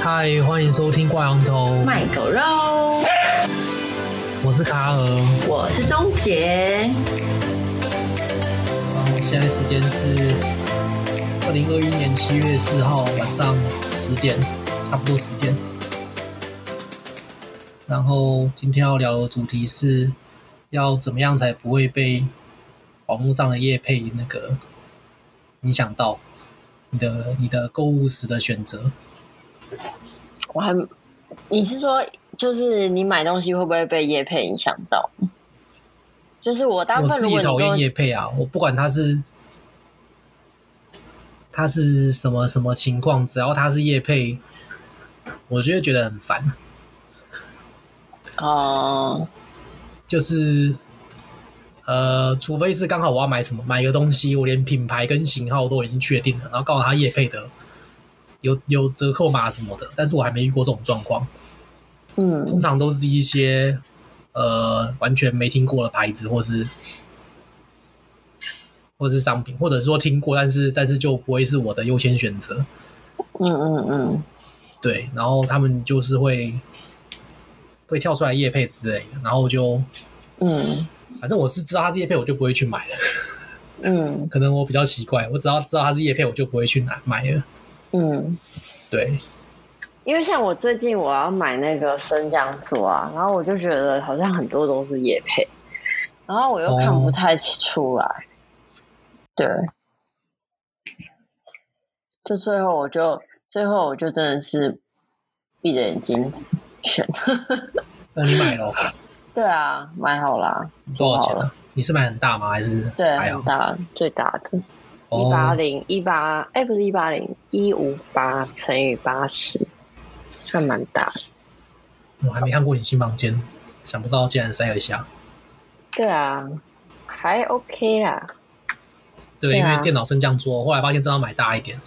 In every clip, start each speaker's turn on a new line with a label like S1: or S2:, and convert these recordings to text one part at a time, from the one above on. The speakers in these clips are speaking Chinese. S1: 嗨，欢迎收听《挂羊头》，
S2: 卖狗肉，
S1: 我是卡尔。
S2: 我是钟杰。
S1: 然后现在时间是二零二一年七月四号晚上十点，差不多十点。然后今天要聊的主题是要怎么样才不会被网络上的业配那个影响到你的你的购物时的选择。
S3: 我还，你是说就是你买东西会不会被业配影响到？就是我大部
S1: 我
S3: 分
S1: 自
S3: 如
S1: 己
S3: 果你
S1: 讨
S3: 跟我
S1: 厌叶配啊，我不管他是他是什么什么情况，只要他是叶配，我就会觉得很烦。
S3: 哦、
S1: 就是呃，除非是刚好我要买什么，买个东西，我连品牌跟型号都已经确定了，然后告诉他叶配的有有折扣码什么的，但是我还没遇过这种状况。
S3: 嗯
S1: 通常都是一些呃完全没听过的牌子，或是或是商品，或者说听过，但是但是就不会是我的优先选择。
S3: 嗯嗯嗯，
S1: 对，然后他们就是会会跳出来叶配之类的，然后就
S3: 嗯
S1: 反正我是知道它是叶配，我就不会去买了。
S3: 嗯
S1: 可能我比较奇怪，我只要知道它是叶配，我就不会去买买了。
S3: 嗯，
S1: 对，
S3: 因为像我最近我要买那个生姜做啊，然后我就觉得好像很多都是业配，然后我又看
S1: 哦
S3: 不太出来，对，就最后我就最后我就真的是闭着眼睛选。
S1: 那你买了哦
S3: 对啊，买好啦，
S1: 多少
S3: 好
S1: 钱
S3: 了
S1: 呢、你是买很大吗？还是
S3: 哦对，
S1: 还好
S3: 很？大，最大的，一八
S1: 哦，
S3: 零一八，哎，不是一八零，一五八乘以八十，算蛮大的。
S1: 我还没看过你新房间，想不到竟然塞得下。
S3: 对啊，还 OK 啦，
S1: 对，
S3: 对
S1: 因
S3: 啊
S1: 为电脑升降桌，后来发现真的要买大一点。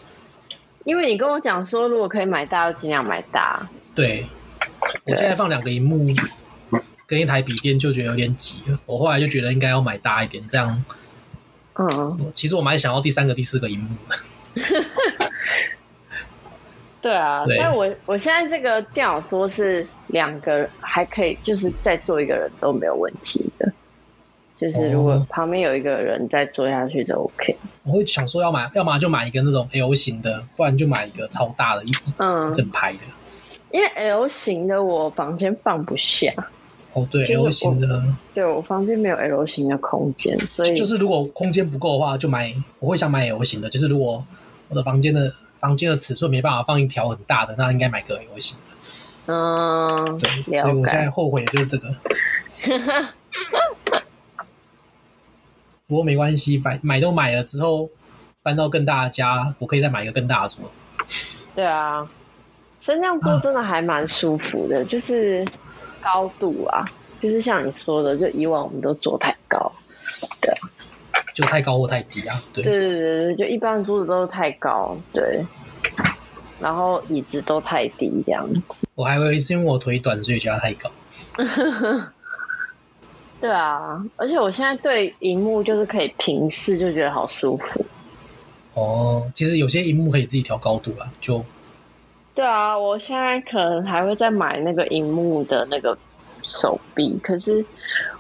S3: 因为你跟我讲说，如果可以买大，就尽量买大。
S1: 对，我
S3: 对
S1: 现在放两个荧幕跟一台笔电就觉得有点挤了，我后来就觉得应该要买大一点，这样。
S3: 嗯，
S1: 其实我蛮想要第三个、第四个荧幕 的。
S3: 对啊，
S1: 对
S3: 但我我现在这个电脑桌是两个人还可以，就是再坐一个人都没有问题的。就是如果
S1: 哦
S3: 旁边有一个人再坐下去就 OK。
S1: 我会想说要买，要么就买一个那种 L 型的，不然就买一个超大的，一
S3: 嗯，
S1: 整排的。
S3: 因为 L 型的我房间放不下，
S1: 哦，对
S3: 就是我
S1: ，L 型的，
S3: 对我房间没有 L 型的空间，所以
S1: 就是如果空间不够的话，就买。我会想买 L 型的，就是如果我的房间的房间的尺寸没办法放一条很大的，那应该买个 L 型的。
S3: 嗯，
S1: 对，所以
S3: 了
S1: 我现在
S3: 解，
S1: 后悔的就是这 个。不过没关系，买买都买了之后，搬到更大的家，我可以再买一个更大的桌子。
S3: 对啊，升降桌
S1: 嗯
S3: 真的还蛮舒服的，就是高度啊，就是像你说的，就以往我们都坐太高，
S1: 就太高或太低啊。对，
S3: 对对对对，就一般的桌子都太高，对，然后椅子都太低这样，
S1: 我还以为是因为我腿短，所以觉得它太高。
S3: 对啊，而且我现在对荧幕就是可以平视，就觉得好舒服。
S1: 哦，其实有些荧幕可以自己调高度啊，就
S3: 对啊，我现在可能还会再买那个荧幕的那个手臂，可是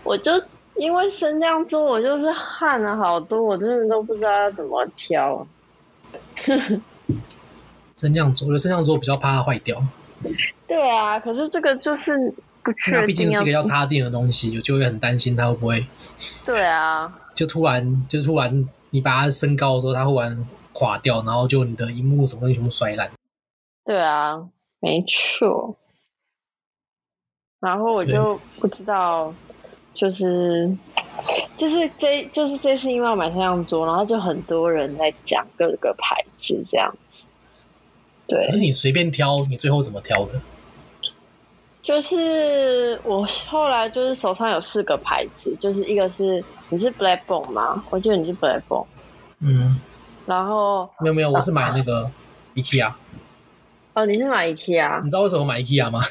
S3: 我就因为升降桌，我就是焊了好多，我真的都不知道要怎么挑。
S1: 升降桌，我觉得升降桌比较怕它坏掉，
S3: 对啊，可是这个就是不
S1: 因为
S3: 确
S1: 它毕
S3: 定
S1: 竟是一个要
S3: 怎
S1: 插电的东西，我就会很担心它会不会
S3: 对啊，
S1: 就突然就突然你把它升高的时候，它忽然垮掉，然后就你的荧幕什么东西全部摔烂。
S3: 对啊，没错。然后我就不知道，就是就是这就是这次因为要买升降桌，然后就很多人在讲各个牌子这样子。对
S1: 可，是你随便挑，你最后怎么挑的？
S3: 就是我后来就是手上有四个牌子，就是一个是你是 Blackbone 吗？我记得你是 Blackbone，
S1: 嗯，
S3: 然后
S1: 没有没有，我是买那个 IKEA。
S3: 哦你是买 IKEA，
S1: 你知道为什么买 IKEA 吗？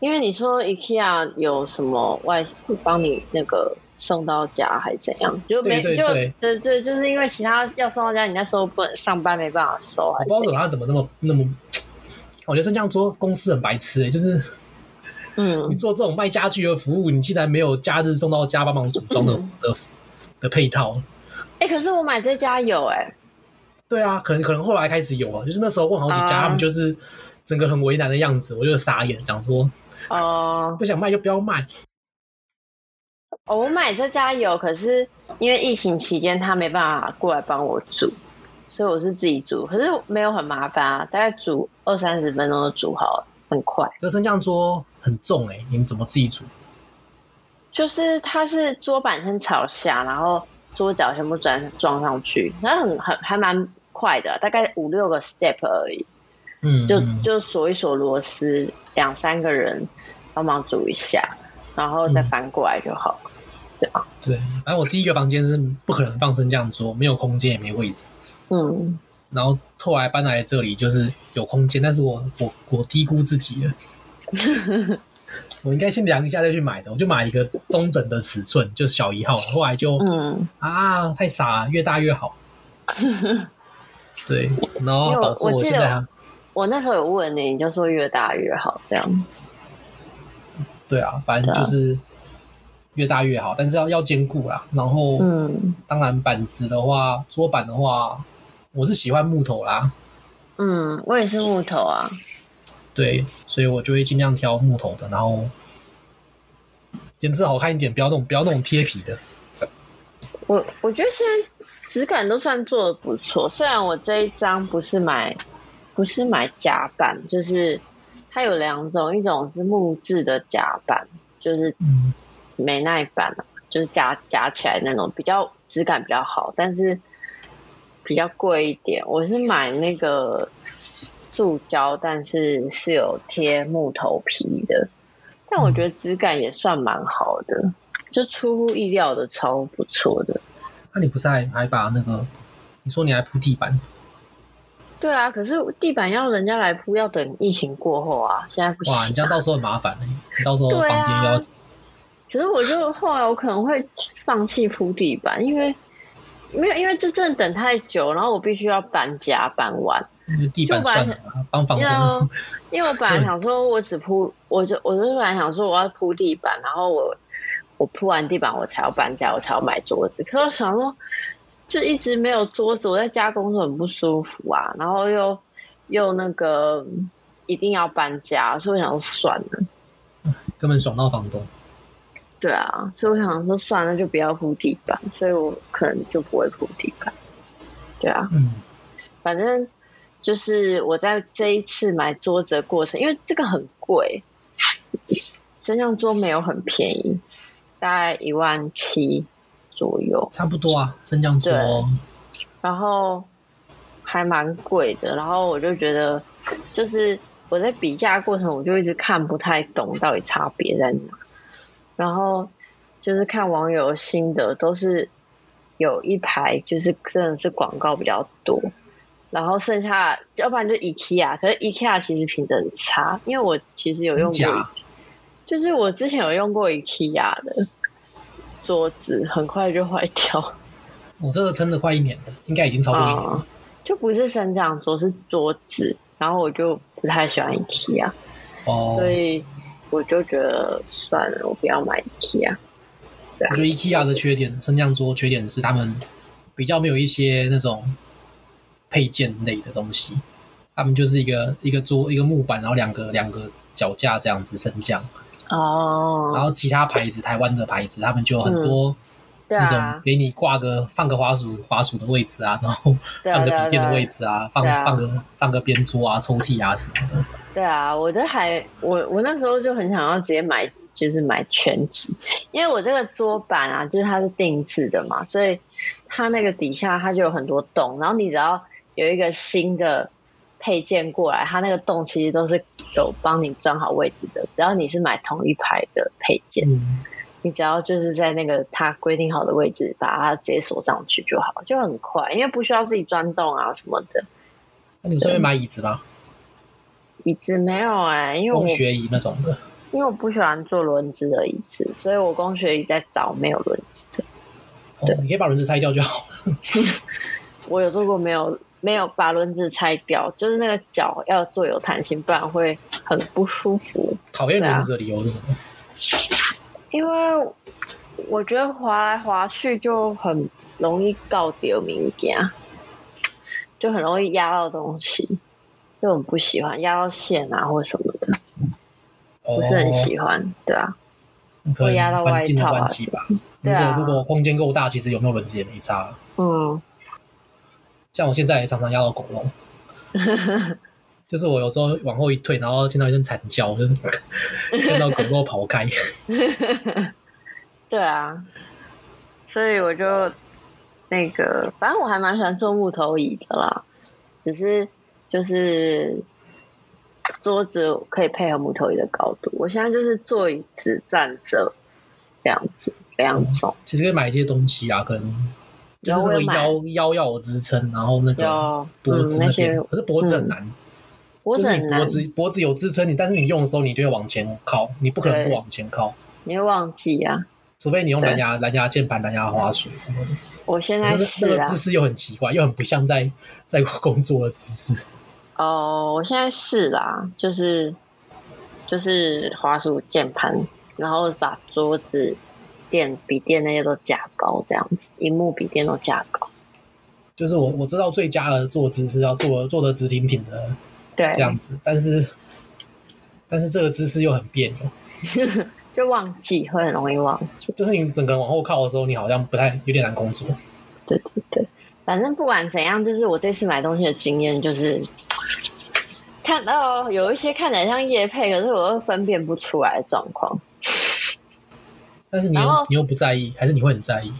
S3: 因为你说 IKEA 有什么外会帮你那个送到家还是怎样？就没
S1: 对对
S3: 就
S1: 对
S3: 对对，就是因为其他要送到家，你那时候不能上班没办法收，
S1: 我
S3: 还
S1: 不
S3: 是
S1: 知道怎
S3: 怎样？
S1: 么它怎么那么那么我觉得升降桌公司很白痴、欸，就是你
S3: 嗯，
S1: 做这种卖家具的服务，你竟然没有假日送到家帮忙组装
S3: 嗯
S1: 的的的配套。
S3: 哎、可是我买这家有哎、
S1: 对啊，可能可能后来开始有啊，就是那时候问好几家，
S3: 啊
S1: 他们就是整个很为难的样子，我就傻眼，想说
S3: 哦、
S1: 不想卖就不要卖。
S3: 哦我买这家有，可是因为疫情期间他没办法过来帮我煮，所以我是自己煮，可是没有很麻烦啊，大概煮二三十分钟就煮好了，很快。
S1: 可是升降桌很重哎、你们怎么自己组？
S3: 就是它是桌板先朝下，然后桌角全部转撞上去，那很很还蛮快的，大概五六个 step 而已，
S1: 嗯，
S3: 就
S1: 嗯
S3: 就锁一锁螺丝，两三个人帮忙煮一下，然后再翻过来就好。
S1: 对。反正我第一个房间是不可能放升降桌，没有空间也没位置。
S3: 嗯，
S1: 然后后来搬来这里就是有空间，但是我我我低估自己 了，我应该先量一下再去买的，我就买一个中等的尺寸，就小一号，后来就、
S3: 嗯，
S1: 啊太傻了，越大越 好。对，然
S3: 因为
S1: 后
S3: 我
S1: 导致
S3: 我记
S1: 现
S3: 得
S1: 在还
S3: 我那时候有问你，你就说越大越好，这样。
S1: 对啊，反正就是越大越好，但是要要兼顾啦。然后、
S3: 嗯
S1: 当然板子的话，桌板的话，我是喜欢木头啦，
S3: 嗯，我也是木头啊。
S1: 对，所以我就会尽量挑木头的，然后颜色好看一点，不要那种不要那种贴皮的。
S3: 我我觉得现在质感都算做的不错，虽然我这一张不是买不是买夹板，就是它有两种，一种是木质的夹板，就是
S1: 嗯，
S3: 美耐板啊，就是夹夹起来那种，比较质感比较好，但是比较贵一点。我是买那个塑胶，但是是有贴木头皮的，但我觉得质感也算蛮好的，就出乎意料的超不错的。
S1: 那你不是还还把那个，你说你还铺地板？
S3: 对啊，可是地板要人家来铺，要等疫情过后啊，现在不
S1: 哇，你这
S3: 行、
S1: 样
S3: 啊。
S1: 到时候很麻烦、欸，你到时候
S3: 对啊
S1: 房间又要、
S3: 可是我就后来我可能会放弃铺地板，因为没有，因为这真的等太久，然后我必须要搬家搬完。
S1: 地板算啊了吧，帮房
S3: 因为 我
S1: 东。
S3: 因为我本来想说，我只铺，我就我就本来想说我要铺地板，然后我我铺完地板我才要搬家，我才要买桌子。可是我想说，就一直没有桌子，我在家工作很不舒服啊，然后又又那个一定要搬家，所以我想说算了。
S1: 根本爽到房东。
S3: 对啊，所以我想说算了，就不要铺地板，所以我可能就不会铺地板。对啊，
S1: 嗯，
S3: 反正就是我在这一次买桌子的过程，因为这个很贵，升降桌没有很便宜，大概一万七左右，
S1: 差不多啊，升降桌
S3: 对然后还蛮贵的。然后我就觉得，就是我在比价过程，我就一直看不太懂到底差别在哪。然后就是看网友的心得，都是有一排就是真的是广告比较多，然后剩下要不然就 IKEA，可是 IKEA 其实品质很差，因为我其实有用
S1: 真
S3: 过
S1: 假，
S3: 就是我之前有用过 IKEA 的桌子，很快就坏掉。
S1: 我这个撑了快一年了，应该已经超过一年了。
S3: 哦就不是升降桌，是桌子。然后我就不太喜欢 IKEA，、
S1: 哦，
S3: 所以我就觉得算了，我不要买 IKEA。
S1: 我觉得 IKEA 的缺点，升降桌缺点是他们比较没有一些那种配件类的东西，他们就是一个一个桌一个木板，然后两个两个脚架这样子升降，
S3: 嗯
S1: 然
S3: 哦，
S1: 后其他牌子台湾的牌子，他们就有很多
S3: 对
S1: 那
S3: 啊
S1: 种，给你挂个放个滑鼠滑鼠的位置啊，然后
S3: 对啊
S1: 放个笔电的位
S3: 对啊
S1: 置啊，放
S3: 对啊
S1: 放个放个边桌啊、抽屉啊什么的。
S3: 对啊，我的还我我那时候就很想要直接买，就是买全集，因为我这个桌板啊，就是它是定制的嘛，所以它那个底下它就有很多洞，然后你只要有一个新的配件过来，它那个洞其实都是有帮你装好位置的，只要你是买同一排的配件，
S1: 嗯，
S3: 你只要就是在那个它规定好的位置把它直接锁上去就好，就很快，因为不需要自己钻洞啊什么的。
S1: 那你顺便买椅子吧，
S3: 椅子没有哎、因为我
S1: 工学椅那种的。
S3: 因为我不喜欢坐轮子的椅子，所以我工学椅在找没有轮子的。
S1: 哦，你可以把轮子拆掉就好了。
S3: 我有做过没有没有把轮子拆掉，就是那个脚要做有弹性，不然会很不舒服。
S1: 讨厌轮子的理由是什么？
S3: 因为我觉得滑来滑去就很容易搞丢物件，就很容易压到东西，就很不喜欢压到线啊或什么的，
S1: 哦
S3: 不是很喜欢。对啊，
S1: 可
S3: 会压
S1: 能
S3: 到
S1: 环境的
S3: 外套啊
S1: 关系吧。如
S3: 对
S1: 果
S3: 啊
S1: 如果空间够大，其实有没有轮子也没差。啊
S3: 嗯，
S1: 像我现在也常常压到狗 笼，就是我有时候往后一退，然后听到一声惨叫，我就是 看到狗狗跑开。
S3: 对啊，所以我就那个，反正我还蛮喜欢坐木头椅的啦，只是就是桌子可以配合木头椅的高度。我现在就是坐椅子站着这样子两种，
S1: 其实可以买一些东西啊，可能就是那
S3: 有我
S1: 个
S3: 有买
S1: 腰腰要有支撑，然后那个
S3: 有
S1: 啊脖
S3: 嗯
S1: 子
S3: 那
S1: 那边，
S3: 些嗯
S1: 可是脖子很难，
S3: 脖
S1: 就
S3: 子
S1: 是
S3: 很
S1: 你
S3: 难
S1: 脖，子脖子有支撑你，但是你用的时候你就会往前靠，你不可能不
S3: 对
S1: 往前靠，
S3: 你会忘记啊。
S1: 除非你用蓝
S3: 对
S1: 牙蓝牙键盘、蓝牙滑鼠什么的。
S3: 我现在
S1: 可是那那
S3: 是
S1: 个
S3: 啊
S1: 姿，势又很奇怪，又很不像在在工作的姿势。
S3: 哦，我现在是啦，就是就是滑鼠键盘，然后把桌子、电笔电那些都架高，这样子，荧幕笔电都架高，
S1: 就是我我知道最佳的坐姿是要坐坐得直挺挺的
S3: 对，
S1: 这样子，但是但是这个姿势又很别扭，
S3: 就忘记，会很容易忘记。
S1: 就是你整个人往后靠的时候，你好像不太有点难工作。
S3: 对对对，反正不管怎样，就是我这次买东西的经验就是。看到有一些看起来像叶配，可是我又分辨不出来的状况。
S1: 但是你
S3: 然后
S1: 又你又不在意，还是你会很在意？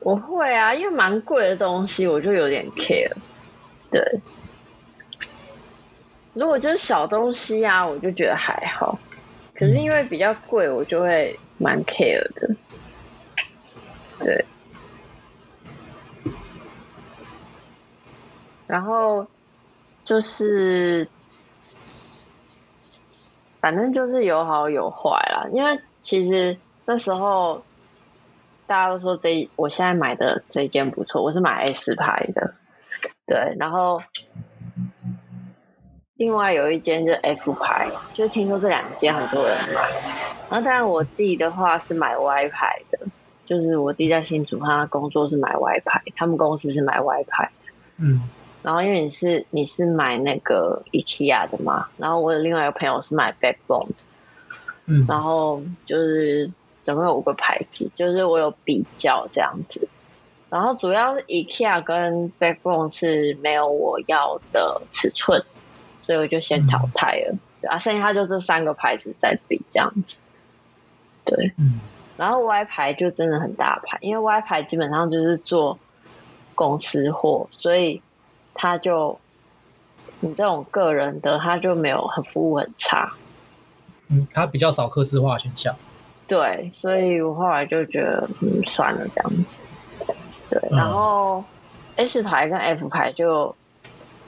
S3: 我会啊，因为蛮贵的东西，我就有点 care。对，如果就是小东西啊，我就觉得还好。可是因为比较贵，我就会蛮 care 的。对。然后就是，反正就是有好有坏啦。因为其实那时候大家都说这一我现在买的这一件不错，我是买 S 牌的，对，然后另外有一间就是 F 牌，就听说这两间很多人买，然后但我弟的话是买 Y 牌的，就是我弟在新竹，他工作是买 Y 牌，他们公司是买 Y 牌，
S1: 嗯，
S3: 然后因为你是你是买那个 IKEA 的嘛，然后我有另外一个朋友是买 Backbone 的
S1: 嗯，
S3: 然后就是总共有五个牌子，就是我有比较这样子。然后主要是 IKEA 跟 Backbone 是没有我要的尺寸，所以我就先淘汰了。对啊，剩下就这三个牌子在比这样子。对，
S1: 嗯，
S3: 然后 Y 牌就真的很大牌，因为 Y 牌基本上就是做公司货，所以它就你这种个人的，它就没有很服务很差。
S1: 嗯，它比较少刻字化选项。
S3: 对，所以我后来就觉得，嗯，算了，这样子。对，
S1: 嗯
S3: 然后 S 牌跟 F 牌就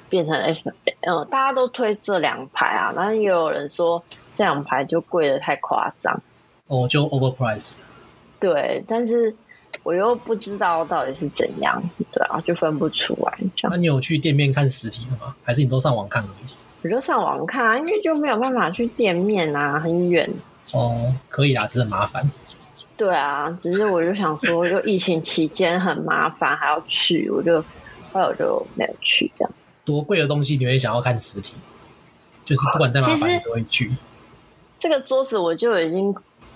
S3: 变成 S，嗯、大家都推这两排啊，但是也有人说这两排就贵的太夸张。
S1: 哦，就 overprice，
S3: 对，但是我又不知道到底是怎样，对啊，就分不出来。这
S1: 那
S3: 样，
S1: 你有去店面看实体的吗？还是你都上网看了？
S3: 我就上网看啊，因为就没有办法去店面啊，很远。
S1: 哦，可以啦，只是很麻烦。
S3: 对啊，只是我就想说，就疫情期间很麻烦，还要去，我就后来我就没有去这样。
S1: 多贵的东西你会想要看实体，就是不管再麻
S3: 其
S1: 烦
S3: 实
S1: 你都会去。
S3: 这个桌子我就已经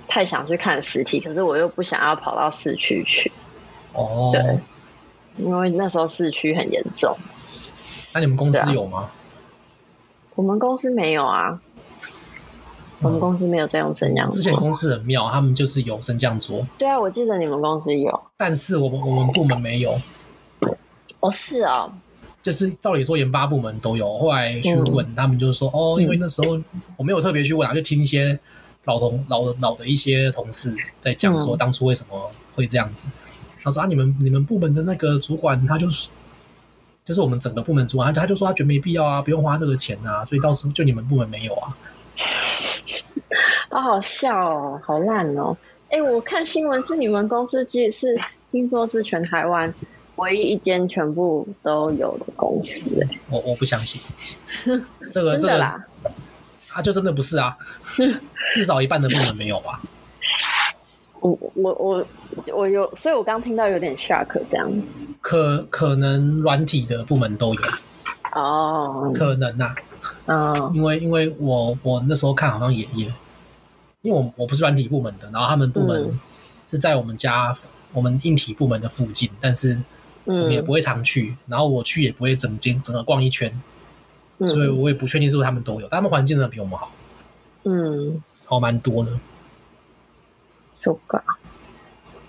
S3: 太想去看实体，可是我又不想要跑到市区去，
S1: 哦，
S3: 对因为那时候市区很严重。
S1: 那你们公司
S3: 对啊
S1: 有吗？
S3: 我们公司没有啊，我们公司没有在用升降
S1: 之前
S3: 桌。
S1: 公司很妙，他们就是有升降桌，
S3: 对啊，我记得你们公司有。
S1: 但是我们我们部门没有，
S3: 哦，是哦，
S1: 就是照理说研发部门都有。后来
S3: 嗯
S1: 去问他们，就是说、哦，因为那时候我没有特别去问啊，就听一些老同老老的一些同事在讲说，
S3: 嗯
S1: 当初为什么会这样子。他说啊，你们你们部门的那个主管，他就是就是我们整个部门主管，他他就说他觉得没必要啊，不用花这个钱啊，所以到时候就你们部门没有啊。
S3: 好好笑哦，好烂哦。哎，我看新闻是你们公司，即是听说是全台湾唯一一间全部都有的公司、欸，
S1: 我我不相 信，这个
S3: 真
S1: 这
S3: 的
S1: 个
S3: 啦。
S1: 他就真的不是 啊，至少一半的部门没有啊吧？
S3: 我嗯我我我有，所以我刚听到有点 shock 这样子
S1: 可可能软体的部门都有，
S3: 哦，
S1: 可能啊呐、
S3: 嗯
S1: 因为因为我我那时候看好像也也，因为我我不是软体部门的，然后他们部门
S3: 嗯
S1: 是在我们家、我们硬体部门的附近，但是我们也
S3: 嗯
S1: 不会常去，然后我去也不会整间整个逛一圈，所以
S3: 嗯
S1: 我也不确定是不是他们都有，但他们环境真的比我们好，
S3: 嗯，
S1: 好蛮多的，
S3: so g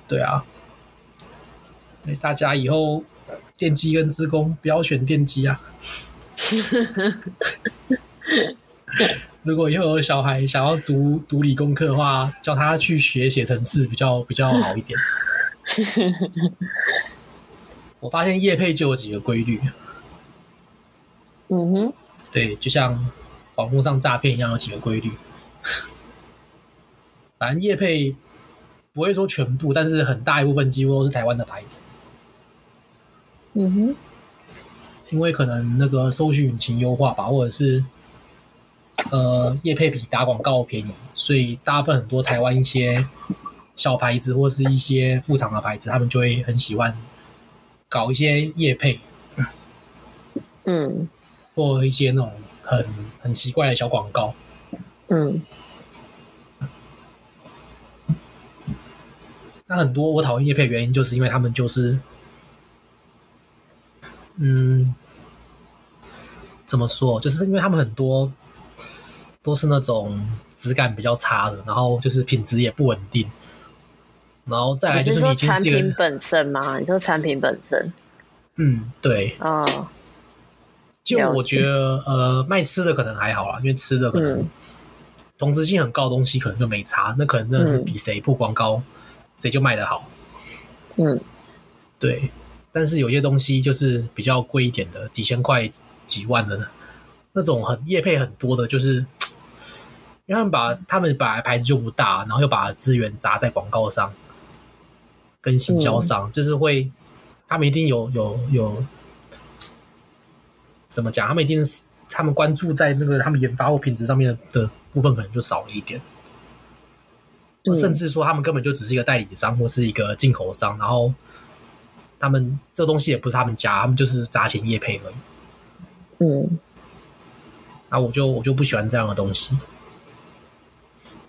S1: 对啊，对大家以后电机跟资工不要选电机啊。如果以后有小孩想要读读理工科的话，叫他去学写程式比较比较好一点。我发现叶配就有几个规律，
S3: 嗯哼，
S1: 对，就像网络上诈骗一样，有几个规律。反正叶配不会说全部，但是很大一部分几乎都是台湾的牌子，
S3: 嗯哼，
S1: 因为可能那个搜寻引擎优化吧，或者是呃叶配比打广告便宜，所以大部分很多台湾一些小牌子或是一些副厂的牌子，他们就会很喜欢搞一些叶配
S3: 嗯
S1: 或一些那种很很奇怪的小广告。
S3: 嗯
S1: 那很多我讨厌叶配的原因，就是因为他们就是，嗯，怎么说？就是因为他们很多都是那种质感比较差的，然后就是品质也不稳定，然后再来就是你
S3: 说
S1: 已经
S3: 产
S1: 是一
S3: 品
S1: 个，
S3: 本身吗？你说产品本身
S1: 嗯，对。
S3: 啊、哦
S1: 就
S3: 了解
S1: 我觉得，呃，卖吃的可能还好啦，因为吃的可能
S3: 嗯
S1: 同质性很高的东西可能就没差，那可能真的是比谁曝光高，谁就卖得好。
S3: 嗯
S1: 对，但是有些东西就是比较贵一点的，几千块、几万的呢，那种很业配很多的，就是因为他们把他们本来牌子就不大，然后又把资源砸在广告上跟行销上，就是会他们一定有有有怎么讲？他们一定是他们关注在那个他们研发或品质上面的的部分可能就少了一点。
S3: 嗯
S1: 甚至说他们根本就只是一个代理商或是一个进口商，然后他们这东西也不是他们家，他们就是砸钱业配而已。
S3: 嗯
S1: 那我就我就不喜欢这样的东西，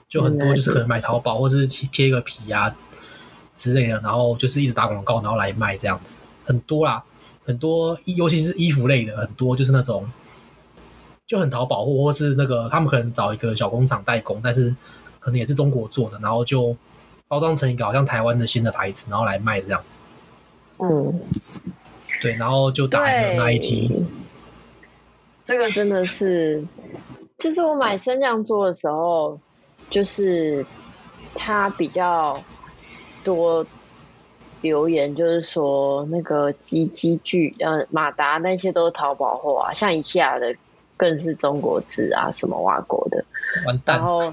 S1: 就很多就是可能买淘宝或是贴一个皮啊之类的，然后就是一直打广告，然后来卖这样子，很多啦，很多衣尤其是衣服类的，很多就是那种就很淘宝货或是那个他们可能找一个小工厂代工，但是可能也是中国做的，然后就包装成一个好像台湾的新的牌子，然后来卖这样子，
S3: 嗯，
S1: 对，然后就打一个 IT，
S3: 对，这个真的是，就是我买升降桌的时候，就是它比较多留言，就是说那个机机具，呃，马达那些都是淘宝货啊，像 IKEA 的更是中国制啊，什么外国的，
S1: 完蛋
S3: 然，后，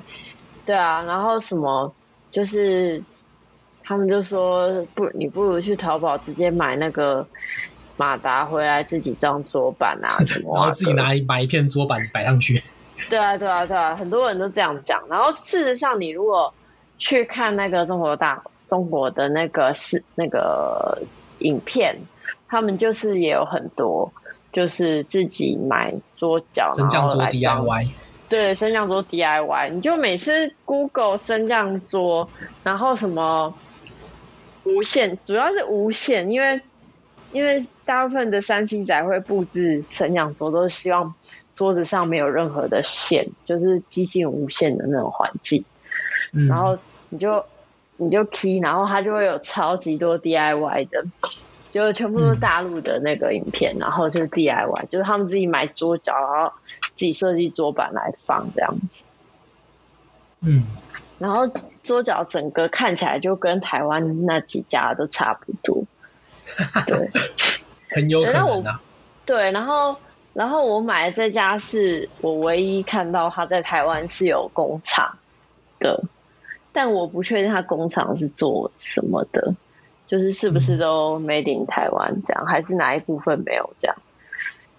S3: 对啊，然后什么就是他们就说不，你不如去淘宝直接买那个马达回来自己装桌板 啊什么
S1: 然后
S3: 啊
S1: 自己拿一买一片桌板摆上去。
S3: 对啊，对啊，对啊，很多人都这样讲。然后事实上，你如果去看那个中国大中国的那个是那个影片，他们就是也有很多。就是自己买桌脚，
S1: 升降
S3: 然后
S1: 桌
S3: 来装
S1: DIY，
S3: 对，升降桌 DIY，你就每次 Google 升降桌，然后什么无线，主要是无线，因为因为大部分的三 C 仔会布置升降桌，都是希望桌子上没有任何的线，就是几近无线的那种环境。
S1: 嗯，
S3: 然后你就你就 key，然后它就会有超级多 DIY 的，就全部都是
S1: 嗯
S3: 大陆的那个影片，然后就是 DIY，就是他们自己买桌脚，然后自己设计桌板来放这样子，
S1: 嗯，
S3: 然后桌脚整个看起来就跟台湾那几家都差不多，对。
S1: 很有可
S3: 那
S1: 能
S3: 我
S1: 啊。
S3: 对，然后然后我买的这家是我唯一看到它在台湾是有工厂的，但我不确定它工厂是做什么的。就是是不
S1: 嗯
S3: 是都 made in 台湾这样，还是哪一部分没有这样？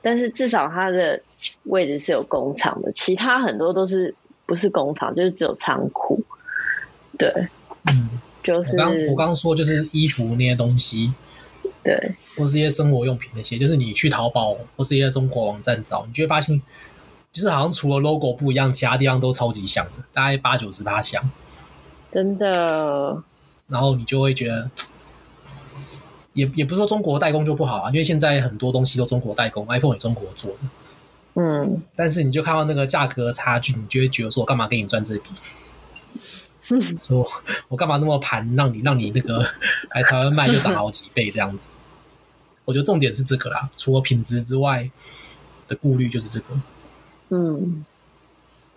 S3: 但是至少它的位置是有工厂的，其他很多都是不是工厂，就是只有仓库。对，
S1: 嗯，
S3: 就
S1: 我
S3: 是
S1: 刚我刚说就是衣服那些东西，
S3: 对
S1: 或是一些生活用品那些，就是你去淘宝或是一些中国网站找，你就会发现，就是好像除了 logo 不一样，其他地方都超级像的，大概八九十八像。
S3: 真的
S1: 然后你就会觉得，也也不是说中国代工就不好啊，因为现在很多东西都中国代工，iPhone 也中国做的，
S3: 嗯，
S1: 但是你就看到那个价格差距，你就会觉得说，我干嘛给你赚这笔？说我我干嘛那么盘，让你让你那个来台湾卖就涨好几倍这样子？我觉得重点是这个啦，除了品质之外的顾虑就是这个。
S3: 嗯，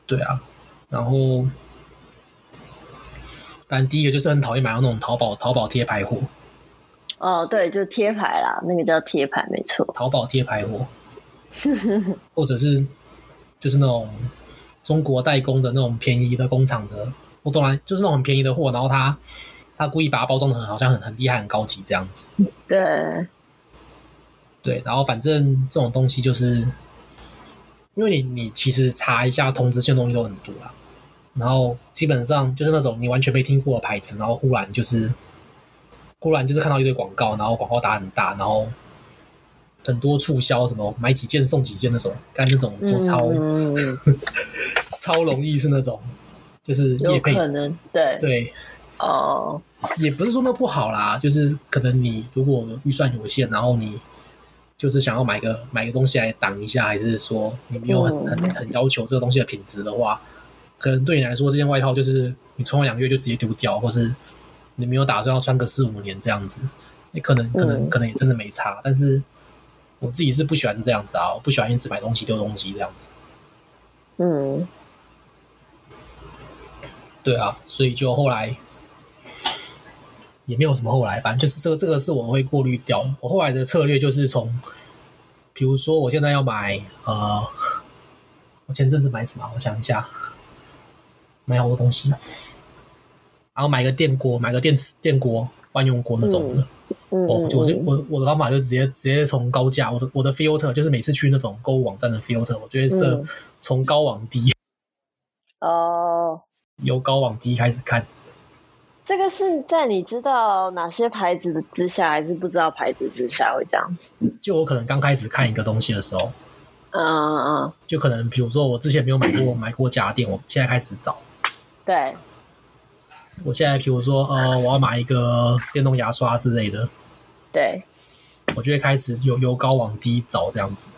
S1: 对啊，然后，反正第一个就是很讨厌买到那种淘宝淘宝贴牌货，
S3: 哦，对，就贴牌啦，那个叫贴牌，没错。
S1: 淘宝贴牌货，或者是就是那种中国代工的那种便宜的工厂的，我懂了，就是那种很便宜的货，然后他他故意把它包装的很好像很很厉害、很高级这样子。
S3: 对，
S1: 对，然后反正这种东西就是，因为你你其实查一下通知线的东西都很多啦，然后基本上就是那种你完全没听过的牌子，然后忽然就是忽然就是看到一堆广告，然后广告打很大，然后很多促销什么买几件送几件那种，干那种就超、
S3: 嗯、
S1: 超容易是那种就是
S3: 有
S1: 业配
S3: 可能，对，
S1: 对
S3: 哦，
S1: 也不是说那不好啦，就是可能你如果预算有限，然后你就是想要买个买个东西来挡一下，还是说你没有很很很要求这个东西的品质的话，可能对你来说这件外套就是你穿了两个月就直接丢掉，或是你没有打算要穿个四五年这样子，你可能可能
S3: 嗯
S1: 可能也真的没差，但是我自己是不喜欢这样子啊，我不喜欢一直买东西丢东西这样子，
S3: 嗯，
S1: 对啊，所以就后来也没有什么后来，反正就是这个这个是我会过滤掉的。我后来的策略就是从，比如说我现在要买呃，我前阵子买什么啊？我想一下，买好多东西啊，然后买个电锅，买个电池电锅。万用锅那种的，
S3: 嗯
S1: 哦我我就
S3: 嗯
S1: 我我的方法就直接直接从高价，我的我的 filter 就是每次去那种购物网站的 filter，我就会设
S3: 嗯
S1: 从高往低，
S3: 哦，
S1: 由高往低开始看，
S3: 这个是在你知道哪些牌子的之下，还是不知道牌子之下会这样子？
S1: 就我可能刚开始看一个东西的时候，
S3: 嗯嗯嗯，
S1: 就可能比如说我之前没有买过买过家电，我现在开始找。
S3: 对，
S1: 我现在比如说呃，我要买一个电动牙刷之类的，
S3: 对，
S1: 我就会开始由由高往低找这样子，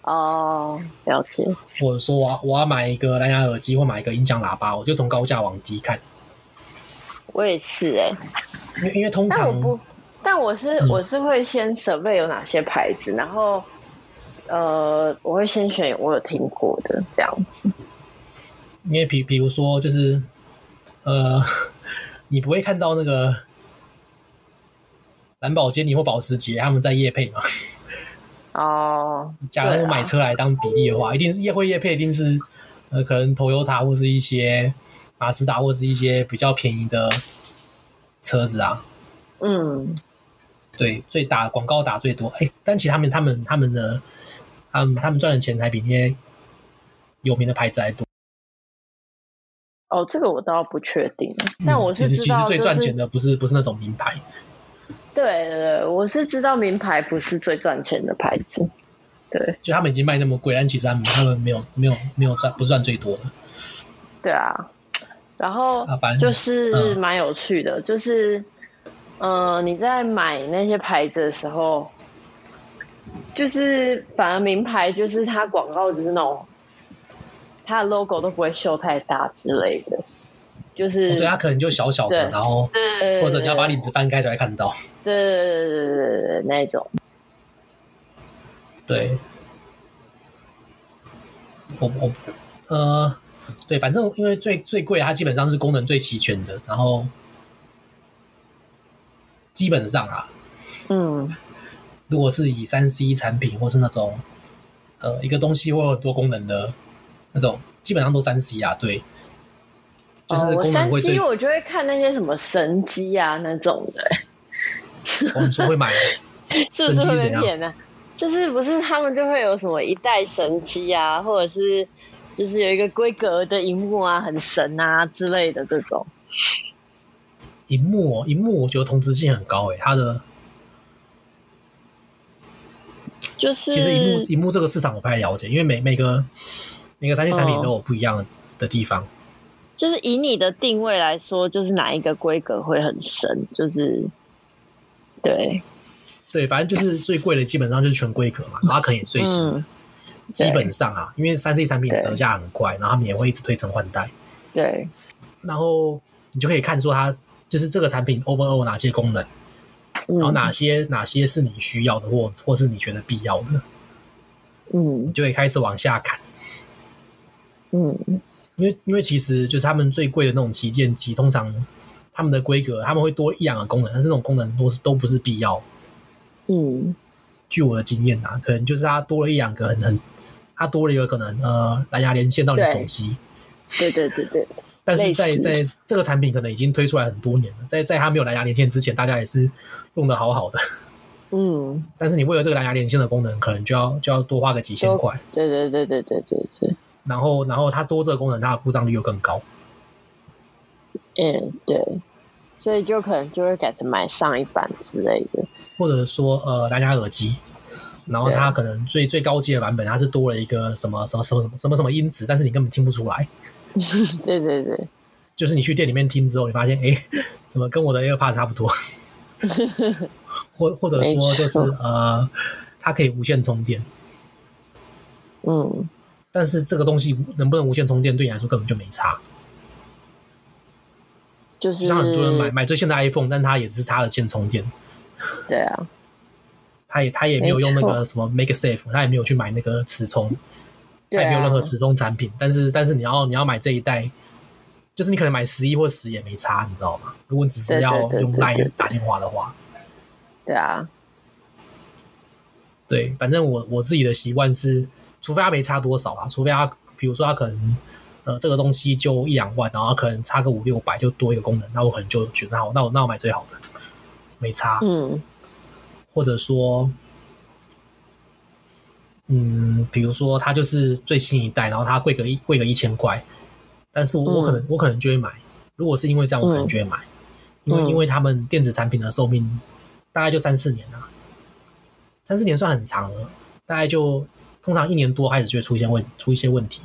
S3: 哦，了解，
S1: 或者说我要我要买一个蓝牙耳机或买一个音响喇叭，我就从高价往低看，
S3: 我也是哎、
S1: 因为因为通
S3: 但
S1: 常
S3: 我不，但我是、
S1: 嗯
S3: 我是会先 survey 有哪些牌子，然后呃，我会先选我有听过的这样子。
S1: 因为比比如说就是呃， 你不会看到那个蓝宝坚尼或保时捷他们在夜配嘛？
S3: 哦，
S1: 假如
S3: 对啊
S1: 买车来当比例的
S3: 啊
S1: 话，一定是业会业配，一定是呃，可能 Toyota 或是一些马自达或是一些比较便宜的车子啊。
S3: 嗯，
S1: 对，最打广告打最多。哎，但其实他们他们他们的，他们他们赚的钱还比那些有名的牌子还多。
S3: 哦，这个我倒不确定，但我是
S1: 嗯其实
S3: 知
S1: 其实
S3: 道、就是
S1: 最赚钱的不是不是那种名牌，
S3: 对对对，我是知道名牌不是最赚钱的牌子。对
S1: 就他们已经卖那么贵，但其实他们他们没有没有没有赚不赚最多的。
S3: 对啊，然后
S1: 啊反正
S3: 就是
S1: 嗯
S3: 蛮有趣的，就是呃，你在买那些牌子的时候，就是反而名牌就是它广告就是那种它的 logo 都不会秀太大之类的，就是、
S1: 哦对，他可能就小小的，
S3: 嗯对
S1: 然后
S3: 对
S1: 或者你要把领子翻开才会看到。
S3: 对对对对对对对那种，
S1: 对，我我呃，对，反正因为最最贵的，它基本上是功能最齐全的，然后基本上啊，
S3: 嗯
S1: 如果是以三 C 产品或是那种呃一个东西会有很多功能的那种，基本上都三 C 啊，对，就是
S3: 哦我
S1: 功
S3: 三
S1: 能会最
S3: C 我就会看那些什么神机啊那种的、
S1: 我们说会买
S3: 是
S1: 神
S3: 不
S1: 机
S3: 是会
S1: 怎
S3: 被
S1: 样？
S3: 骗呢、就是不是他们就会有什么一代神机啊，或者是就是有一个规格的荧幕啊，很神啊之类的这种。
S1: 荧幕哦，荧幕我觉得同质性很高诶、它的
S3: 就是
S1: 其实荧幕荧幕这个市场我不太了解，因为每每个每个三 D 产
S3: 哦
S1: 品都有不一样的地方。
S3: 就是以你的定位来说，就是哪一个规格会很神，就是对，
S1: 对，反正就是最贵的基本上就是全规格嘛，然后它可能也最新。
S3: 嗯，
S1: 基本上啊，因为三 C 产品折价很快，然后他们也会一直推陈换代，
S3: 对，
S1: 然后你就可以看出它就是这个产品 overall 哪些功能，
S3: 嗯
S1: 然后哪些哪些是你需要的或或是你觉得必要的，你
S3: 嗯
S1: 就可以开始往下砍。
S3: 嗯
S1: 因为因为其实就是他们最贵的那种旗舰机，通常他们的规格他们会多一两个功能，但是那种功能都是都不是必要。
S3: 嗯
S1: 据我的经验啊，可能就是它多了一两个很很，它多了一个可能呃蓝牙连线到你
S3: 对
S1: 手机，
S3: 对对对对，
S1: 但是在
S3: 类似
S1: 在这个产品可能已经推出来很多年了，在在它没有蓝牙连线之前，大家也是用的好好的。
S3: 嗯，
S1: 但是你为了这个蓝牙连线的功能，可能就要就要多花个几千
S3: 多
S1: 块。
S3: 对对对对对对对，
S1: 然后然后它多这个功能，它的故障率又更高。
S3: 嗯对，所以就可能就会改成买上一版之类的，
S1: 或者说呃蓝牙耳机，然后它可能最最高阶的版本，它是多了一个什么什么什么什么什么音质，但是你根本听不出来。
S3: 对对对，
S1: 就是你去店里面听之后，你发现哎，诶怎么跟我的 AirPods 差不多？或或者说就是
S3: 没
S1: 呃，它可以无线充电，
S3: 嗯
S1: 但是这个东西能不能无线充电，对你来说根本就没差。
S3: 就
S1: 就是像很多人
S3: 嗯
S1: 买买最新的 iPhone，但它也只是插了线充电，
S3: 对啊，
S1: 它也它也没有用那
S3: 没
S1: 个什么 Make Safe，它也没有去买那个磁充。它
S3: 对
S1: 也没有任何
S3: 啊，
S1: 直中产品，但是但是你要你要买这一代，就是你可能买十一或十也没差，你知道吗？如果你只是
S3: 对对
S1: 要
S3: 对
S1: 用
S3: 对
S1: Line
S3: 对
S1: 打电话的话，
S3: 对啊，
S1: 对，反正我我自己的习惯是，除非它没差多少啊，除非它比如说它可能呃这个东西就一两万，然后它可能差个五六百就多一个功能，那我可能就觉得好，那我那我买最好的，没差，
S3: 嗯
S1: 或者说。嗯，比如说它就是最新一代，然后它贵个一贵个一千块，但是我我可能、我可能就会买。如果是因为这样，我可能就会买，因为
S3: 嗯
S1: 因为他们电子产品的寿命大概就三四年啊，三四年算很长了，大概就通常一年多开始就会出现问出一些问题。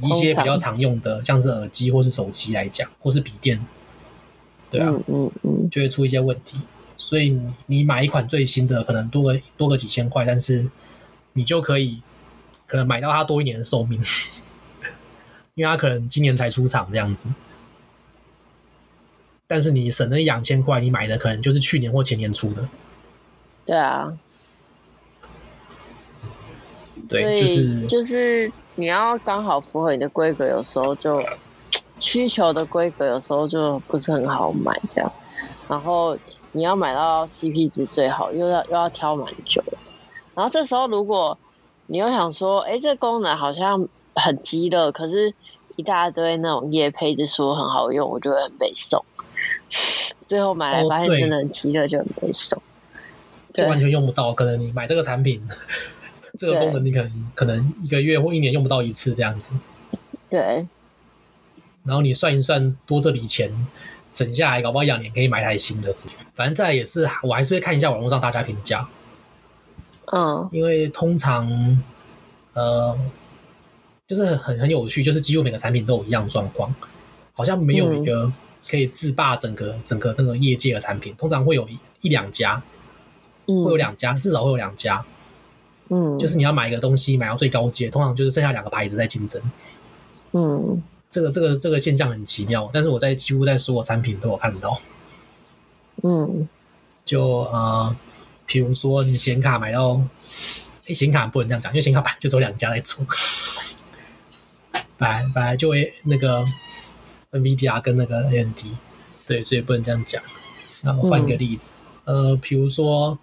S1: 以一些比较常用的，像是耳机或是手机来讲，或是笔电，对啊，
S3: 嗯嗯嗯，
S1: 就会出一些问题。所以你你买一款最新的，可能多个多个几千块，但是你就可以可能买到它多一年的寿命， 因为它可能今年才出厂这样子。但是你省了一两千块，你买的可能就是去年或前年出的，
S3: 对啊，所
S1: 对，
S3: 以
S1: 就是
S3: 就是你要刚好符合你的规格，有时候就需求的规格有时候就不是很好买这样，然后你要买到 CP 值最好，又要又要挑蛮久，然后这时候如果你又想说，哎、这功能好像很鸡肋，可是一大堆那种叶配就说很好用，我就会很被送，最后买
S1: 哦
S3: 来发现
S1: 对
S3: 真的很鸡肋，就很被送。
S1: 就完
S3: 对
S1: 全用不到。可能你买这个产品， 这个
S3: 对
S1: 功能你可能可能一个月或一年用不到一次这样子。
S3: 对
S1: 然后你算一算，多这笔钱省下来，搞不好两年可以买台新的。反正再来也是，我还是会看一下网络上大家评价，
S3: 嗯
S1: 因为通常，呃，就是很很很有趣，就是几乎每个产品都有一样的状况，好像没有一个可以制霸整个整个那个业界的产品，通常会有一一两家，
S3: 嗯，
S1: 会有两家，至少会有两家，
S3: 嗯，
S1: 就是你要买一个东西买到最高阶，通常就是剩下两个牌子在竞争。
S3: 嗯
S1: 这个这个这个现象很奇妙，但是我在几乎在所有产品都有看到。
S3: 嗯。
S1: 就呃，比如说你显卡买到，诶，显卡不能这样讲，因为显卡本来就只有两家在做，本来本来就会那个 NVIDIA 跟那个 AMD，对，所以不能这样讲。然后换一个例子，呃，比如说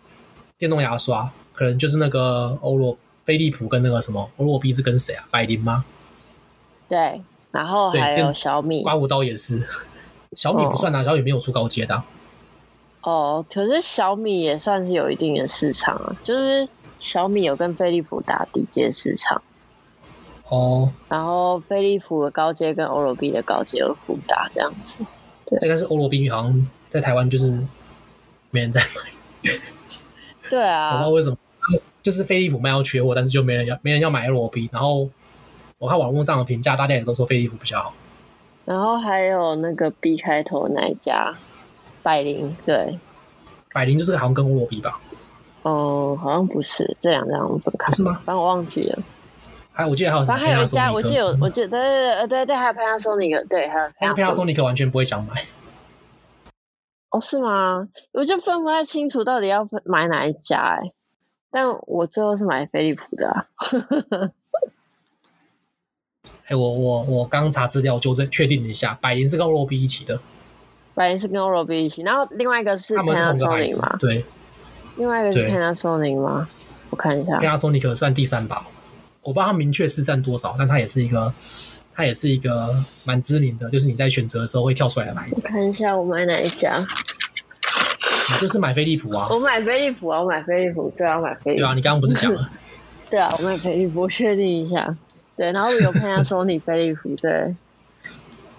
S1: 电动牙刷，可能就是那个欧罗飞利浦跟那个什么欧罗 B 是跟谁啊？百灵吗？
S3: 对，然后
S1: 对
S3: 还有
S1: 电
S3: 小米
S1: 刮胡刀也是，小米不算啊，小米没有出高阶的啊、
S3: 哦，可是小米也算是有一定的市场啊，就是小米有跟飞利浦打低阶市场，
S1: 哦，
S3: 然后飞利浦的高阶跟欧罗 B 的高阶有互打这样子。
S1: 对，但是欧罗宾好像在台湾就是没人在买，我不知
S3: 对啊
S1: 道，为什么，就是飞利浦卖到缺货，但是就没人要没人要买欧罗宾。然后我看网络上的评价，大家也都说飞利浦比较好。
S3: 然后还有那个 B 开头那一家，百灵对，
S1: 百灵就是好像跟欧罗宾吧，
S3: 哦，好像不是，这两家我们分开
S1: 不，是吗？
S3: 反正我忘记了。
S1: 还有我记得还有什么
S3: 反正还有一
S1: Panasonic
S3: 家，我记得
S1: 什
S3: 有，
S1: 么
S3: 我记得对对对对对，还有 Panasonic，对，还有
S1: 但是 Panasonic 完全不会想买。
S3: 哦，是吗？我就分不太清楚到底要分买哪一家哎、但我最后是买飞利浦的、啊，
S1: 哎、我我我刚查资料，我纠正确定了一下，百灵是跟欧罗宾一起的，
S3: 本来是跟欧罗 B 一起，然后另外一个是
S1: 他们是同个牌
S3: Panasonic
S1: 子
S3: 嘛，，
S1: 对
S3: 另外一个是
S1: 对啊
S3: Panasonic 吗？我看一下，
S1: ，Panasonic 算第三把，我不知道它明确是占多少，但它也是一个，它也是一个蛮知名的，就是你在选择的时候会跳出来的牌子。
S3: 看一下我买哪一家，
S1: 你就是买飞利浦啊，
S3: 我买飞利浦啊，我买飞利浦，对啊，我买飞利
S1: 对
S3: 浦
S1: 啊，，你刚刚不是讲 了？
S3: 对啊，我买飞利浦，我确定一下，对，然后有 Panasonic 飞利浦，对，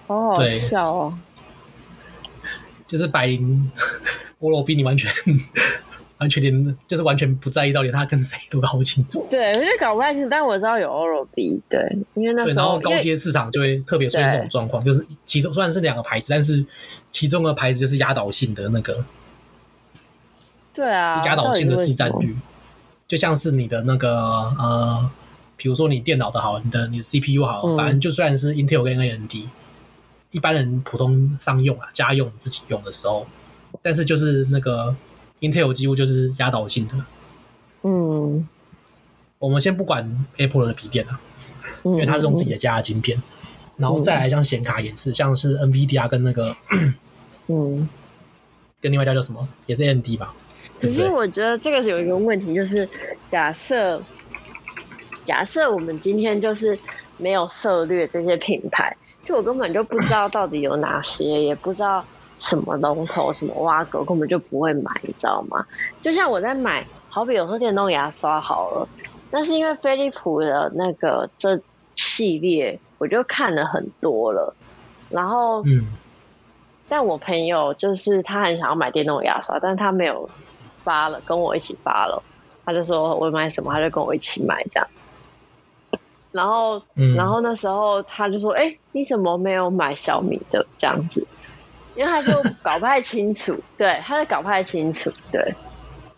S3: 好好
S1: 对
S3: 笑哦，
S1: 就是百 灵欧罗宾，你完全 完全连就是完全不在意到底他跟谁多高清楚。
S3: 对，我就搞不太清楚，但我知道有欧罗 B，对，因为那
S1: 对，
S3: 时
S1: 然
S3: 候
S1: 后
S3: 因
S1: 高
S3: 为
S1: 阶市场就会特别出现这种状况，就是其中虽然是两个牌子，但是其中的牌子就是压倒性的那个
S3: 对啊，
S1: 压倒性的市占
S3: 到底为什么
S1: 率，就像是你的那个呃，比如说你电脑的好，你的你的 CPU 好，
S3: 嗯
S1: 反正就算是 Intel 跟 AMD，一般人普通商用啊、家用自己用的时候，但是就是那个 Intel 几乎就是压倒性的。
S3: 嗯，
S1: 我们先不管 Apple 的笔电啊，
S3: 因
S1: 因为它是用自己的家的晶
S3: 嗯
S1: 片，然后再来像显卡也是，像是 NVIDIA 跟那个
S3: 嗯。
S1: 跟另外一家叫什么，也是 AMD 吧，
S3: 可
S1: 对不对
S3: 是我觉得这个是有一个问题，就是假设假设我们今天就是没有涉略这些品牌，就我根本就不知道到底有哪些，也不知道什么龙头、什么挖狗，根本就不会买，你知道吗？就像我在买，好比有时候电动牙刷好了，但是因为飞利浦的那个这系列，我就看了很多了，然后
S1: 嗯，
S3: 但我朋友就是他很想要买电动牙刷，但是他没有发了，跟我一起发了。他就说我买什么，他就跟我一起买这样。然后，
S1: 嗯
S3: 然后那时候他就说：“哎、你怎么没有买小米的这样子？”因为他就搞不太清楚，对，他就搞不太清楚，对，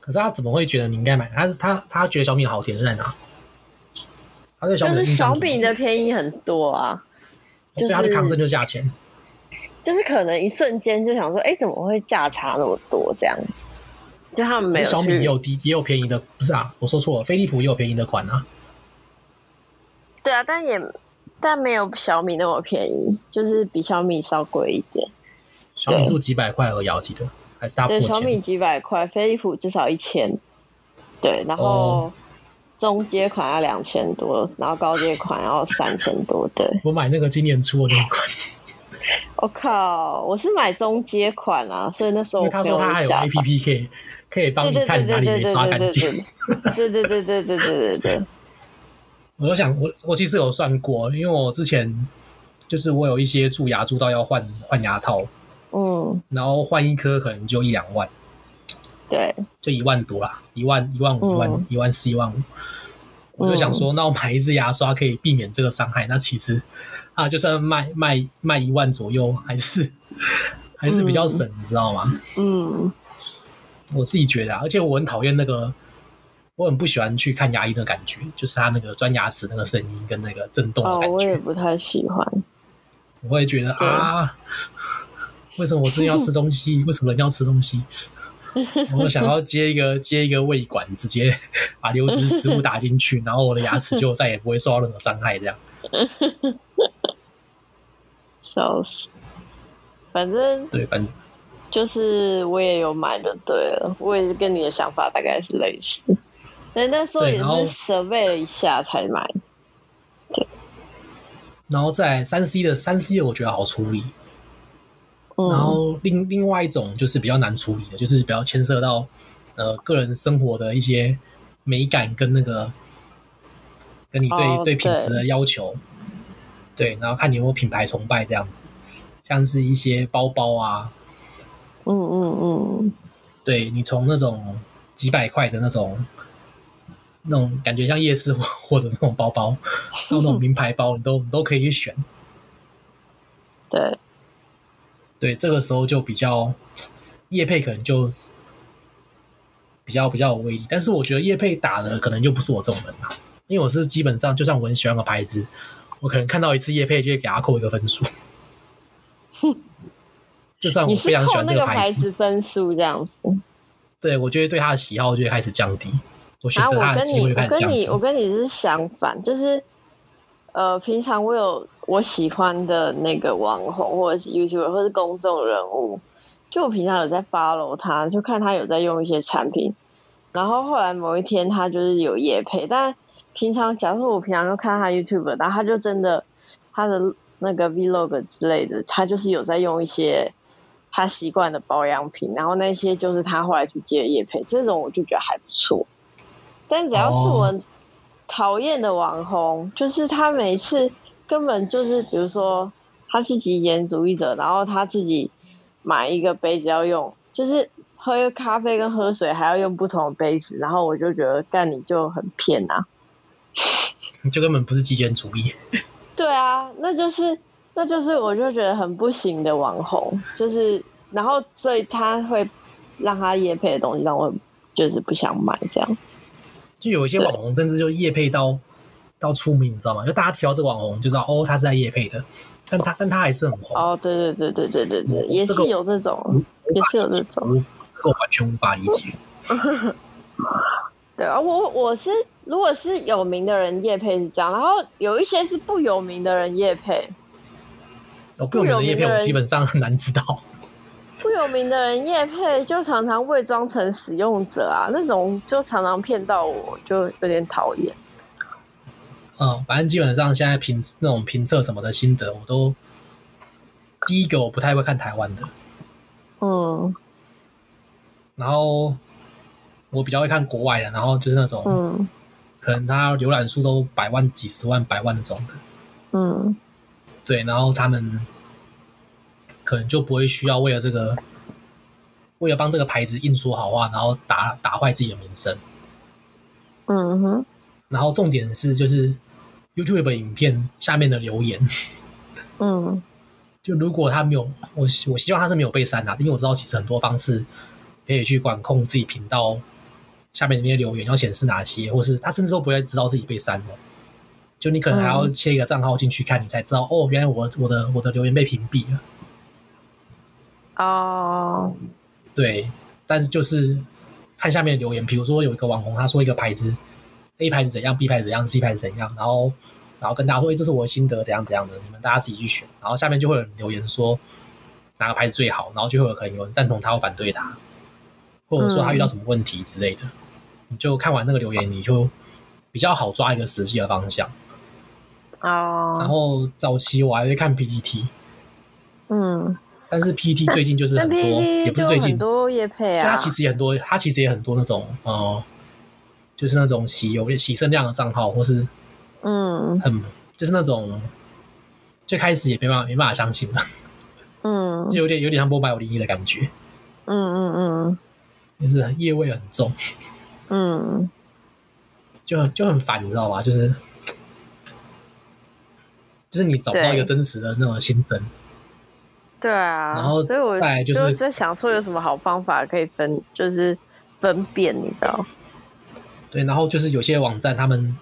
S1: 可是他怎么会觉得你应该买？他是他他觉得小米好点是在哪？他对小
S3: 就
S1: 米的
S3: 是
S1: 印
S3: 小
S1: 象是什么
S3: 米的便宜很多啊，就
S1: 所
S3: 是
S1: 以他的抗争就是价钱。
S3: 就是可能一瞬间就想说：“哎、怎么会价差那么多这样子？”就他们没有
S1: 小米也
S3: 去
S1: 有低也有便宜的，不是啊，我说错了，飞利浦也有便宜的款啊。
S3: 对啊，但也但没有小米那么便宜，就是比小米稍贵一点。
S1: 小米就几百块而已啊，我记得还是他破
S3: 对，小米
S1: 钱。
S3: 几百块，飞利浦至少一千。对，然后
S1: 哦
S3: 中阶款要两千多，然后高阶款要三千多。对，
S1: 我买那个今年出的那款，
S3: 我、靠，我是买中阶款啊，所以那时候
S1: 因为
S3: 我
S1: 他说
S3: 朋友
S1: 他还有
S3: 下
S1: A P P 可以可以帮你
S3: 对对对
S1: 看
S3: 对
S1: 哪里
S3: 对
S1: 没
S3: 对
S1: 刷
S3: 对
S1: 干
S3: 对
S1: 净。
S3: 对对对对对对对对，
S1: 我就想，我我其实有算过，因为我之前就是我有一些蛀牙蛀到要换换牙套，
S3: 嗯，
S1: 然后换一颗可能就一两万，
S3: 对，
S1: 就一万多啦，一万一万五一万
S3: 嗯
S1: 一万四一万五。我就想说，那我买一支牙刷可以避免这个伤害。那其实啊，就算卖卖卖一万左右，还是还是比较省，你知道吗？
S3: 嗯，
S1: 我自己觉得、啊，而且我很讨厌那个，我很不喜欢去看牙医的感觉，就是他那个钻牙齿那个声音跟那个震动的
S3: 哦，
S1: 感
S3: 我也
S1: 觉，
S3: 不太喜欢。
S1: 我会觉得
S3: 对
S1: 啊，为什么我真的要吃东西？为什么人要吃东西？我想要接一个接一个胃管，直接把流质食物打进去，然后我的牙齿就再也不会受到任何伤害，这样。
S3: 笑死。反正
S1: 对，反正
S3: 就是我也有买就对了，我也是跟你的想法大概是类似。但那时候
S1: 对
S3: 也
S1: 然后
S3: 是设备了一下才买，
S1: 然后再三 C 的三 C 的我觉得好处理，
S3: 嗯
S1: 然后另另外一种就是比较难处理的，就是比较牵涉到呃个人生活的一些美感跟那个跟你对、
S3: 哦
S1: 对品质的要求，对，然后看你有没有品牌崇拜这样子，像是一些包包啊，
S3: 嗯嗯嗯，
S1: 对你从那种几百块的那种。那种感觉像夜市货的那种包包，到那种名牌包，你都你都可以去选。
S3: 对，
S1: 对，这个时候就比较叶配可能就是比较比较有威力，但是我觉得叶配打的可能就不是我这种人啦，因为我是基本上就算我很喜欢个牌子，我可能看到一次叶配就会给他扣一个分数。 就算我
S3: 你是
S1: 非常喜
S3: 扣
S1: 欢
S3: 那
S1: 这
S3: 个
S1: 牌
S3: 牌子分数这样子。
S1: 对我就会对他的喜好就会开始降低，我选
S3: 啊，
S1: 择
S3: 我
S1: 他的
S3: 跟
S1: 机会就
S3: 你，我
S1: 开始
S3: 跟
S1: 降低
S3: 你，。我跟你是相反，就是呃，平常我有我喜欢的那个网红，或者是 YouTuber，或是公众人物，就我平常有在 follow 他，就看他有在用一些产品。然后后来某一天他就是有夜配，但平常假如说我平常就看他 YouTube，然后他就真的他的那个 Vlog 之类的，他就是有在用一些他习惯的保养品，然后那些就是他后来去接夜配，这种我就觉得还不错。但只要是我讨厌的网红，就是他每次根本就是，比如说他是极简主义者，然后他自己买一个杯子要用，就是喝咖啡跟喝水还要用不同的杯子，然后我就觉得干你就很骗啊。
S1: 你就根本不是极简主义，
S3: 对啊，那就是那就是我就觉得很不行的网红，就是然后所以他会让他夜配的东西让我就是不想买这
S1: 哦
S3: 样。
S1: 就有一些网红甚至就叶配到到出名，你知道吗？就大家提到这个网红就知道哦，他是在叶配的，但他但他还是很红。
S3: 哦，对对对对对对对，也是
S1: 嗯这个嗯
S3: 有这种，也是有这种。
S1: 无这个我完全无法理解。
S3: 对啊，我我是如果是有名的人夜配是这样，然后有一些是不有名的人夜配，
S1: 我哦不有名的叶片，我基本上很难知道。
S3: 不有名的人夜配就常常伪装成使用者啊，那种就常常骗到我，就有点讨厌。
S1: 嗯，反正基本上现在评那种评测什么的心得，我都第一个我不太会看台湾的，
S3: 嗯
S1: 然后我比较会看国外的，然后就是那种、
S3: 嗯
S1: 可能他浏览数都百万、几十万、百万那种的，
S3: 嗯
S1: 对，然后他们可能就不会需要为了这个，为了帮这个牌子硬说好话，然后打打坏自己的名声。
S3: 嗯哼，
S1: 然后重点是就是 YouTube 影片下面的留言，
S3: 嗯
S1: 就如果他没有我希我希望他是没有被删的、啊因为我知道其实很多方式可以去管控自己频道下面那些留言要显示哪些，或是他甚至都不会知道自己被删了。哦就你可能还要切一个账号进去看，你才知道哦，原来我我的我的留言被屏蔽了。
S3: 哦
S1: 对，但是就是看下面的留言，比如说有一个网红他说一个牌子 A 牌子怎样，B 牌子怎样，C 牌子怎样，然后然后跟大家说，哎、这是我的心得，怎样怎样的，你们大家自己去选。然后下面就会有人留言说哪个牌子最好，然后就会有可能有人赞同他或反对他，或者说他遇到
S3: 嗯
S1: 什么问题之类的。你就看完那个留言，你就比较好抓一个实际的方向。然
S3: 哦，
S1: 后早期我还会看 PPT，
S3: 嗯，
S1: 但是 PPT 最近就是
S3: 但
S1: 很多，也
S3: PPT
S1: 不
S3: 就是
S1: 最近
S3: 很，多夜配
S1: 它
S3: 啊，
S1: 其实也很多，它其实也很多那种呃，就是那种洗油洗身量的账号，或是
S3: 嗯
S1: 很就是那种最开始也没办法没办法相信了，
S3: 嗯
S1: 就有点有点像波百五零一的感觉，
S3: 嗯嗯
S1: 就是业味很重，
S3: 嗯嗯，
S1: 就很就很烦，你知道吗？就是就是你找不到
S3: 对
S1: 一个真实的那种心声，
S3: 对啊，
S1: 然后
S3: 所以我
S1: 再来就
S3: 就是在想说有什么好方法可以分，就是分辨，你知道？
S1: 对，然后就是有些网站他们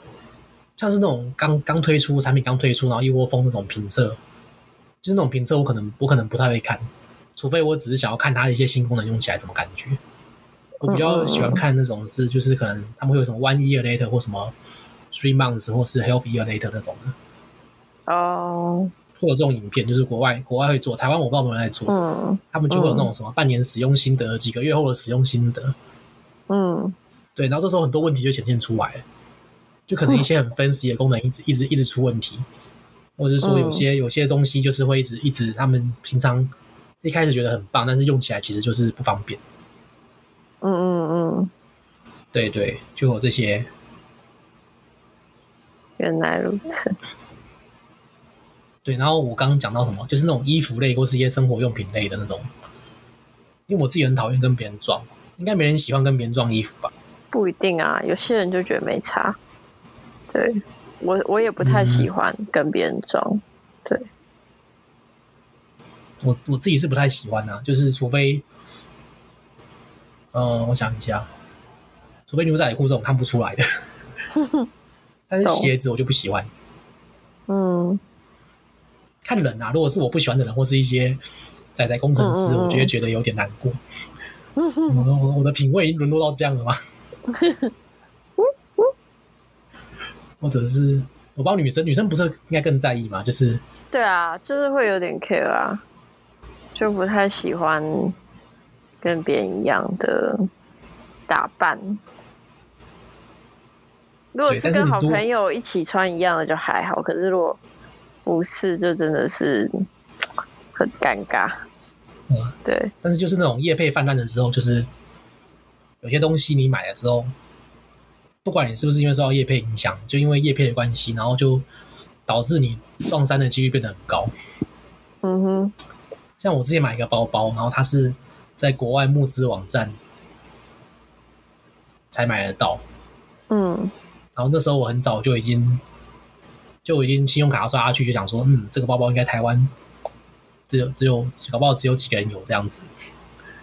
S1: 像是那种刚刚推出产品刚推出，然后一窝蜂那种评测，就是那种评测我可能我可能不太会看，除非我只是想要看它的一些新功能用起来什么感觉。我比较
S3: 嗯
S1: 喜欢看那种是就是可能他们会有什么 one year later 或什么 three months 或是 health year later 那种的，
S3: 哦，
S1: 会有这种影片，就是国外国外会做，台湾我不知道有没有人在做，
S3: 嗯
S1: 他们就会有那种什么半年使用心得，几个月后的使用心得，
S3: 嗯
S1: 对，然后这时候很多问题就显现出来了，就可能一些很 fancy 的功能一直一直一直出问题，或者是说有些、有些东西就是会一直一直他们平常一开始觉得很棒，但是用起来其实就是不方便。
S3: 嗯嗯嗯，
S1: 对对，就有这些。
S3: 原来如此。
S1: 对，然后我刚刚讲到什么，就是那种衣服类或是一些生活用品类的那种，因为我自己很讨厌跟别人撞，应该没人喜欢跟别人撞衣服吧？
S3: 不一定啊，有些人就觉得没差。对我，我也不太
S1: 嗯
S3: 喜欢跟别人装。对，
S1: 我我自己是不太喜欢啊，就是除非，呃，我想一下，除非牛仔裤这种看不出 来的，但是
S3: 懂
S1: 鞋子我就不喜欢，
S3: 嗯
S1: 看人啊。如果是我不喜欢的人，或是一些仔仔工程师，
S3: 嗯嗯嗯
S1: 我就会觉得有点难 过。我的我的我的品味已经沦落到这样了 吗？或者是我不知道女生，女生不是应该更在意吗？就是
S3: 对啊，就是会有点 care 啊，就不太喜欢跟别人一样的打扮。如果
S1: 对
S3: 是
S1: 但是
S3: 跟
S1: 你
S3: 好
S1: 多
S3: 朋友一起穿一样的就还好，可是如果不是，就真的是很尴尬。
S1: 嗯
S3: 对，
S1: 但是就是那种业配泛滥的时候，就是有些东西你买了之后，不管你是不是因为受到业配影响，就因为业配的关系，然后就导致你撞衫的几率变得很高。
S3: 嗯哼，
S1: 像我之前买一个包包，然后它是在国外募资网站才买得到，
S3: 嗯
S1: 然后那时候我很早就已经就已经信用卡要刷下去，就想说，嗯，这个包包应该台湾只有只有搞不好只有几个人有这样子。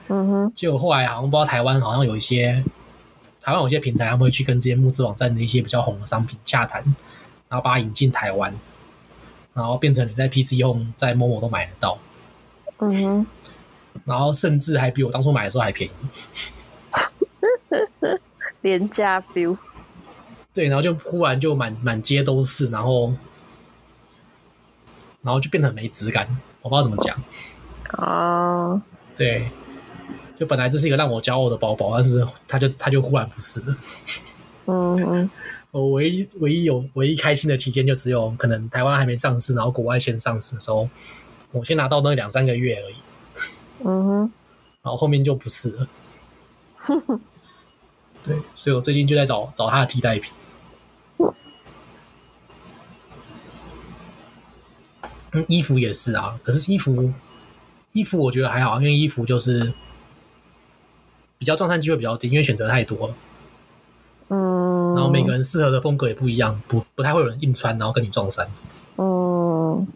S3: 嗯哼，
S1: 结果后来好像不知道台湾好像有一些台湾有一些平台，他们会去跟这些募资网站的一些比较红的商品洽谈，然后把它引进台湾，然后变成你在 PC 用在某某都买得到，
S3: 嗯哼，
S1: 然后甚至还比我当初买的时候还便宜。
S3: 廉价 feel。
S1: 对，然后就忽然就满满街都是，然后然后就变得很没质感，我不知道怎么讲。
S3: 哦，
S1: 对，就本来这是一个让我骄傲的包包，但是它就它就忽然不是了。
S3: 嗯嗯
S1: 我唯一唯一有唯一开心的期间，就只有可能台湾还没上市，然后国外先上市的时候，我先拿到那两三个月而已，
S3: 嗯哼，
S1: 然后后面就不是了。对，所以我最近就在找找它的替代品。嗯，衣服也是啊，可是衣服衣服我觉得还好，因为衣服就是比较撞衫机会比较低，因为选择太多了。
S3: 嗯，
S1: 然后每个人适合的风格也不一样，不不太会有人硬穿，然后跟你撞衫。
S3: 嗯，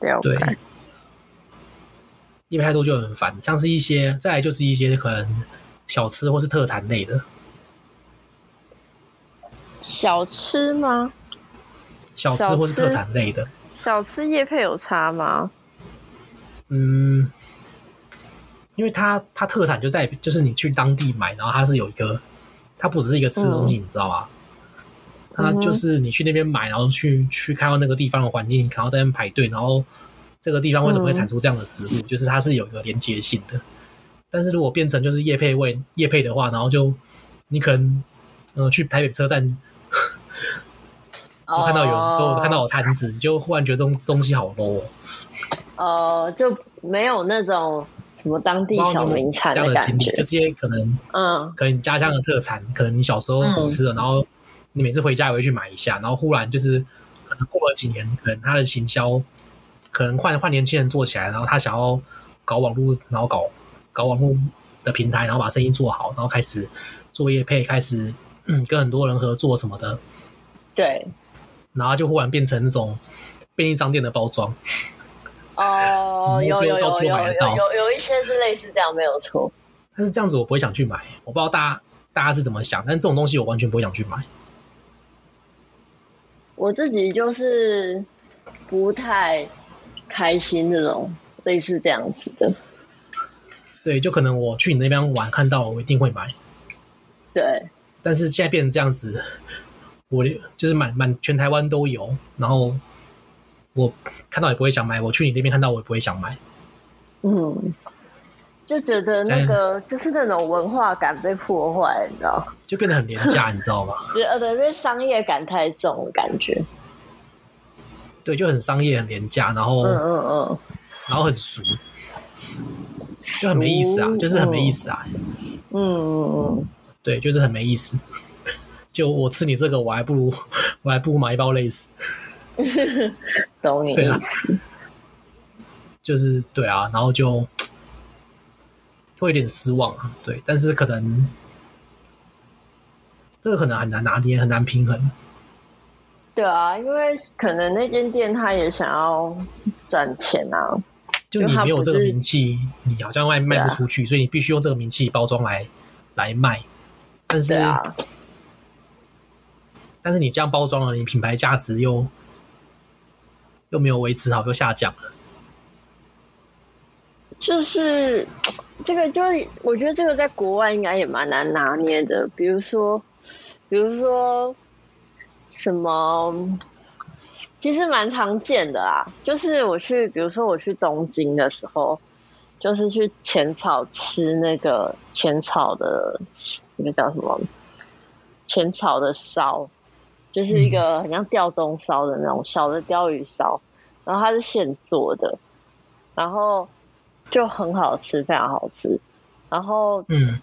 S3: 了
S1: 对
S3: 解，
S1: 因为太多就很烦。像是一些，再来就是一些可能小吃或是特产类的
S3: 小吃吗？
S1: 小吃
S3: 小吃
S1: 或是特产类的，
S3: 小吃叶配有差吗？
S1: 嗯，因为它它特产就代表就是你去当地买，然后它是有一个，它不只是一个吃的东
S3: 嗯
S1: 西，你知道吗？它就是你去那边买，然后去去看到那个地方的环境，然后在那边排队，然后这个地方为什么会
S3: 嗯
S1: 产出这样的食物，就是它是有一个连接性的。但是如果变成就是叶配味叶配的话，然后就你可能呃去台北车站我看到有人
S3: 哦
S1: 都有看到有摊子，你就忽然觉得东东西好 low，哦
S3: 哦，呃，就没有那种什么当地
S1: 不知道你有
S3: 小
S1: 没有
S3: 名产
S1: 这样的经
S3: 感
S1: 历，
S3: 觉
S1: 就，是一些可能
S3: 嗯
S1: 可能你家乡的特产，可能你小时候只吃了，然后你每次回家也会去买一下，然后忽然就是可能过了几年，可能它的行销可能换换年轻人做起来，然后他想要搞网络，然后搞搞网络的平台，然后把生意做好，然后开始做业配，开始嗯跟很多人合作什么的，
S3: 对，
S1: 然后就忽然变成那种便利商店的包装。
S3: 哦，
S1: 嗯
S3: 有有有
S1: 到
S3: 有
S1: 处
S3: 有
S1: 买得到
S3: 有有有一些是类似这样，没有错，
S1: 但是这样子我不会想去买，我不知道大家大家是怎么想，但这种东西我完全不会想去买。
S3: 我自己就是不太开心这种类似这样子的，
S1: 对，就可能我去你那边玩看到，我一定会买。
S3: 对，
S1: 但是现在变成这样子，我就是满满全台湾都有，然后我看到也不会想买，我去你那边看到我也不会想买。
S3: 嗯，就觉得那个就是那种文化感被破坏，你知道吗。
S1: 就变得很廉价，你知道吗？
S3: 觉得对，因为商业感太重的感觉。
S1: 对，就很商业、很廉价，然后、
S3: 嗯嗯嗯，
S1: 然后很俗。就很没意思啊，就是很没意思啊，
S3: 嗯嗯嗯，
S1: 对，就是很没意思。 就我吃你这个，我还不如我还不如买一包类似，
S3: 懂你
S1: 对啊
S3: 意思。
S1: 就是对啊，然后就会有点失望啊，对，但是可能这个可能很难拿捏，很难平衡，
S3: 对啊，因为可能那间店他也想要赚钱啊，
S1: 就
S3: 就
S1: 你
S3: 它
S1: 没有
S3: 不
S1: 这个
S3: 是
S1: 名气，你好像卖卖
S3: 对
S1: 不
S3: 啊
S1: 出去，所以你必须用这个名气包装来来卖。但是、
S3: 对啊，
S1: 但是你这样包装了，你品牌价值又又没有维持好，又下降了。
S3: 就是这个就是我觉得这个在国外应该也蛮难拿捏的，比如说，比如说什么。其实蛮常见的啦，就是我去，比如说我去东京的时候，就是去浅草吃那个浅草的那个叫什么浅草的烧，就是一个很像吊钟烧的那种小的鲷鱼烧，然后它是现做的，然后就很好吃，非常好吃。然后
S1: 嗯，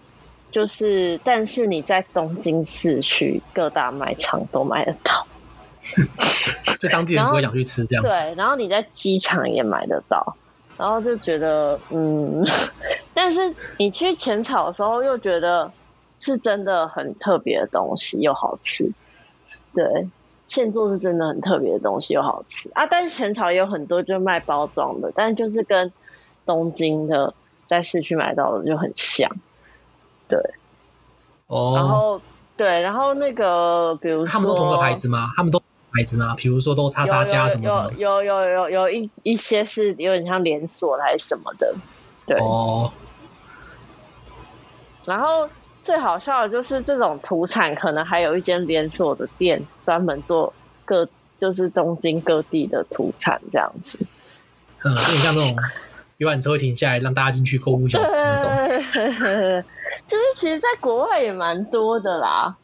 S3: 就是，但是你在东京市区各大卖场都买得到，
S1: 就当地人
S3: 然后
S1: 不会想去吃这样子。
S3: 对，然后你在机场也买得到，然后就觉得嗯，但是你去浅草的时候又觉得是真的很特别的东西，又好吃，对。现做是真的很特别的东西，又好吃啊！但是浅草也有很多就卖包装的，但是就是跟东京的在市区买到的就很像。然
S1: 哦，
S3: 后对，然后那个比如说
S1: 他们都同个牌子吗？他们都牌子吗？比如说都叉叉加什么什么？
S3: 有有有有有有一一些是有点像连锁还是什么的，对。
S1: 哦，
S3: 然后最好笑的就是这种土产，可能还有一间连锁的店专门做各就是东京各地的土产这样子。
S1: 嗯，有点像那种游览车会停下来让大家进去购物小吃那种。
S3: 对， 就是其实，在国外也蛮多的啦。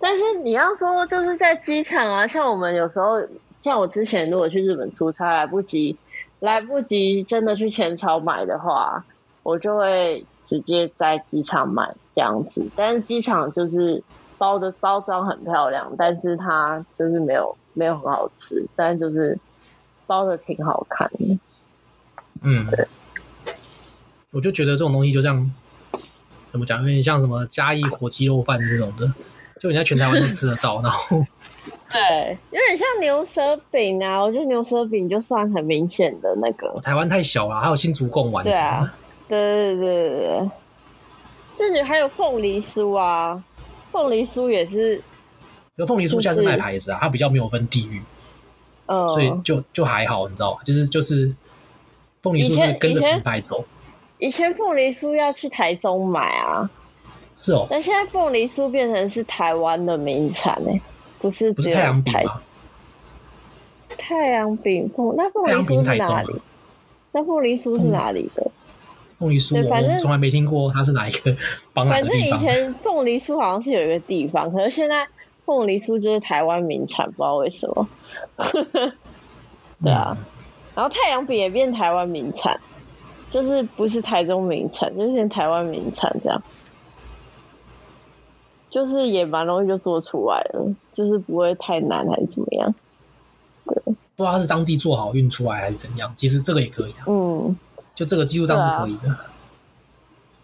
S3: 但是你要说就是在机场啊，像我们有时候，像我之前如果去日本出差，来不及来不及真的去浅草买的话，我就会直接在机场买这样子。但是机场就是包的包装很漂亮，但是它就是没有没有很好吃，但是就是包的挺好看的。
S1: 嗯，我就觉得这种东西就像怎么讲，有点像什么嘉义火鸡肉饭这种的，就人家全台湾都吃得到，然后
S3: 对，有点像牛舌饼啊，我觉得牛舌饼就算很明显的那个，
S1: 台湾太小了，还有新竹贡丸什
S3: 对
S1: 么
S3: 啊，对对对对对，就是还有凤梨酥啊，凤梨酥也是，
S1: 的，凤梨酥现在是
S3: 就是
S1: 卖牌子啊，它比较没有分地域，
S3: 嗯，
S1: 所以就就还好，你知道吧？就是就是凤梨
S3: 以
S1: 酥
S3: 前
S1: 是跟着
S3: 以前
S1: 品牌走，
S3: 以前凤梨酥要去台中买啊，
S1: 是哦，
S3: 但现在凤梨酥变成是台湾的名产哎、不是
S1: 不
S3: 只
S1: 是
S3: 有
S1: 太阳饼
S3: 台
S1: 吗？
S3: 太阳饼凤那凤
S1: 太
S3: 梨
S1: 阳饼
S3: 酥
S1: 台
S3: 是
S1: 中
S3: 哪
S1: 啊
S3: 里？那凤梨酥是哪里的？
S1: 凤梨酥
S3: 对
S1: 我
S3: 反
S1: 我
S3: 正
S1: 从来没听过它是哪一个 帮哪
S3: 反
S1: 个
S3: 正
S1: 地
S3: 以
S1: 方，
S3: 前凤梨酥好像是有一个地方，可是现在凤梨酥就是台湾名产，不知道为什么。对啊
S1: 嗯，
S3: 然后太阳饼也变台湾名产，就是不是台中名产，就是变台湾名产这样。就是也蛮容易就做出来了，就是不会太难还是怎么样。
S1: 不知道它是当地做好运出来还是怎样，其实这个也可以啊，
S3: 嗯，
S1: 就这个技术上是可以的。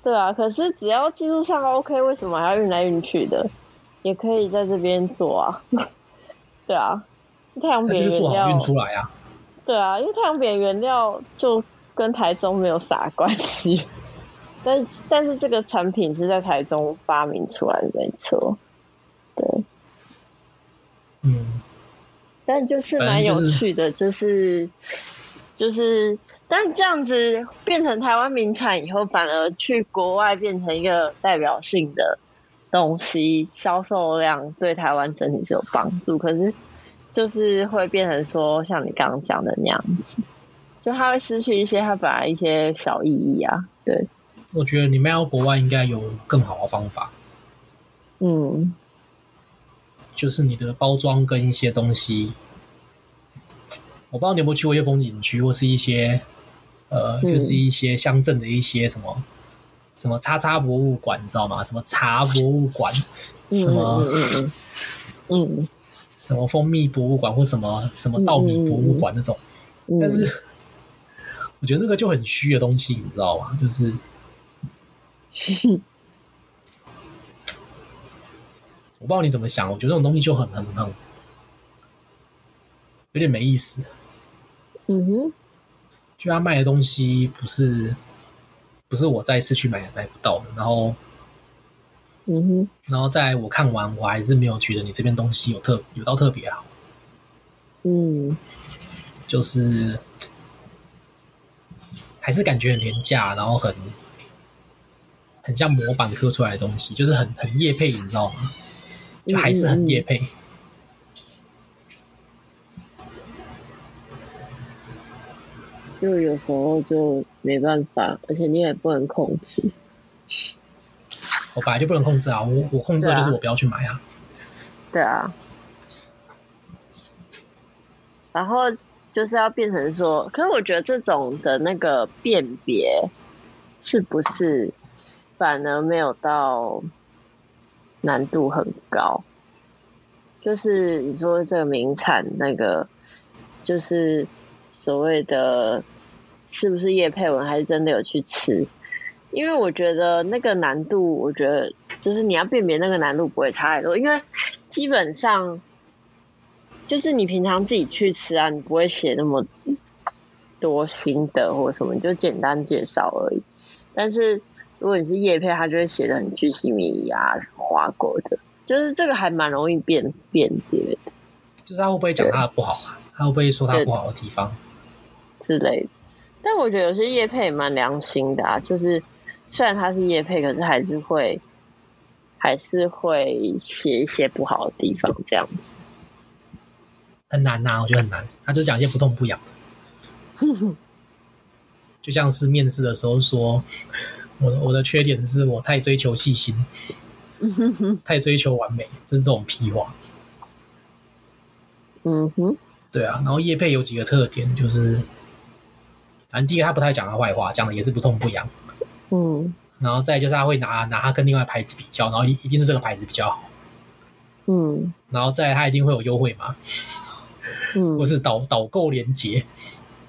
S3: 对啊。可是只要技术上 OK，为什么还要运来运去的？也可以在这边做啊。 对啊，太阳
S1: 那
S3: 饼
S1: 就是
S3: 也
S1: 做好
S3: 要
S1: 运出来啊，
S3: 对啊，因为太阳饼原料就跟台中没有啥关系， 但但是这个产品是在台中发明出来的，没错。对，
S1: 嗯，
S3: 但就是
S1: 反
S3: 蛮
S1: 正就
S3: 有
S1: 是
S3: 趣的，就是就是，但这样子变成台湾名产以后，反而去国外变成一个代表性的东西，销售量对台湾整体是有帮助，可是就是会变成说像你刚刚讲的那样子，就它会失去一些它本来一些小意义啊，对，
S1: 我觉得你卖到国外应该有更好的方法，
S3: 嗯，
S1: 就是你的包装跟一些东西，我不知道你有没有去过一些风景区或是一些
S3: 嗯
S1: 呃，就是一些乡镇的一些什么什么叉叉博物馆，你知道吗？什么茶博物馆，
S3: 嗯
S1: 什么
S3: 嗯嗯嗯嗯
S1: 什么蜂蜜博物馆或什么什么稻米博物馆那种，
S3: 嗯，
S1: 但是我觉得那个就很虚的东西，你知道吗？就是。我不知道你怎么想，我觉得那种东西就很很很有点没意思。
S3: 嗯哼，
S1: 就他卖的东西不是不是我在市区买买不到的，然后
S3: 嗯哼，
S1: 然后在我看完，我还是没有觉得你这边东西有特有到特别好，
S3: 嗯
S1: 就是嘖还是感觉很廉价，然后很很像模板刻出来的东西，就是很很业配，你知道吗？就还是
S3: 嗯
S1: 很业配。
S3: 就有时候就没办法，而且你也不能控制。
S1: 我本来就不能控制啊，我我控制的就是
S3: 对啊
S1: 我不要去买啊。
S3: 对啊，然后就是要变成说，可是我觉得这种的那个辨别是不是反而没有到难度很高？就是你说这个名产那个，就是所谓的是不是叶佩文，还是真的有去吃？因为我觉得那个难度，我觉得就是你要辨别那个难度不会差太多，因为基本上就是你平常自己去吃啊，你不会写那么多心得或什么，你就简单介绍而已。但是如果你是叶配，他就会写的很具细迷啊，什么挖沟的，就是这个还蛮容易辨辨别的
S1: 就是他会不会讲他的不好啊？他会不会说他不好的地方？
S3: 之类的。但我觉得有些叶配也蛮良心的啊，就是虽然他是叶配，可是还是会还是会写一些不好的地方这样子。
S1: 很难呐、我觉得很难。他就讲一些不痛不痒的，就像是面试的时候说，我的我的缺点是我太追求细 心，太追求完美，就是这种屁话。
S3: 嗯哼，
S1: 对啊，然后叶佩有几个特点，就是反正第一个他不太讲他坏话，讲的也是不痛不痒。
S3: 嗯
S1: 然后再来就是他会拿拿他跟另外牌子比较，然后一一定是这个牌子比较好。
S3: 嗯
S1: 然后再来他一定会有优惠嘛，或
S3: 嗯
S1: 是导导购连接。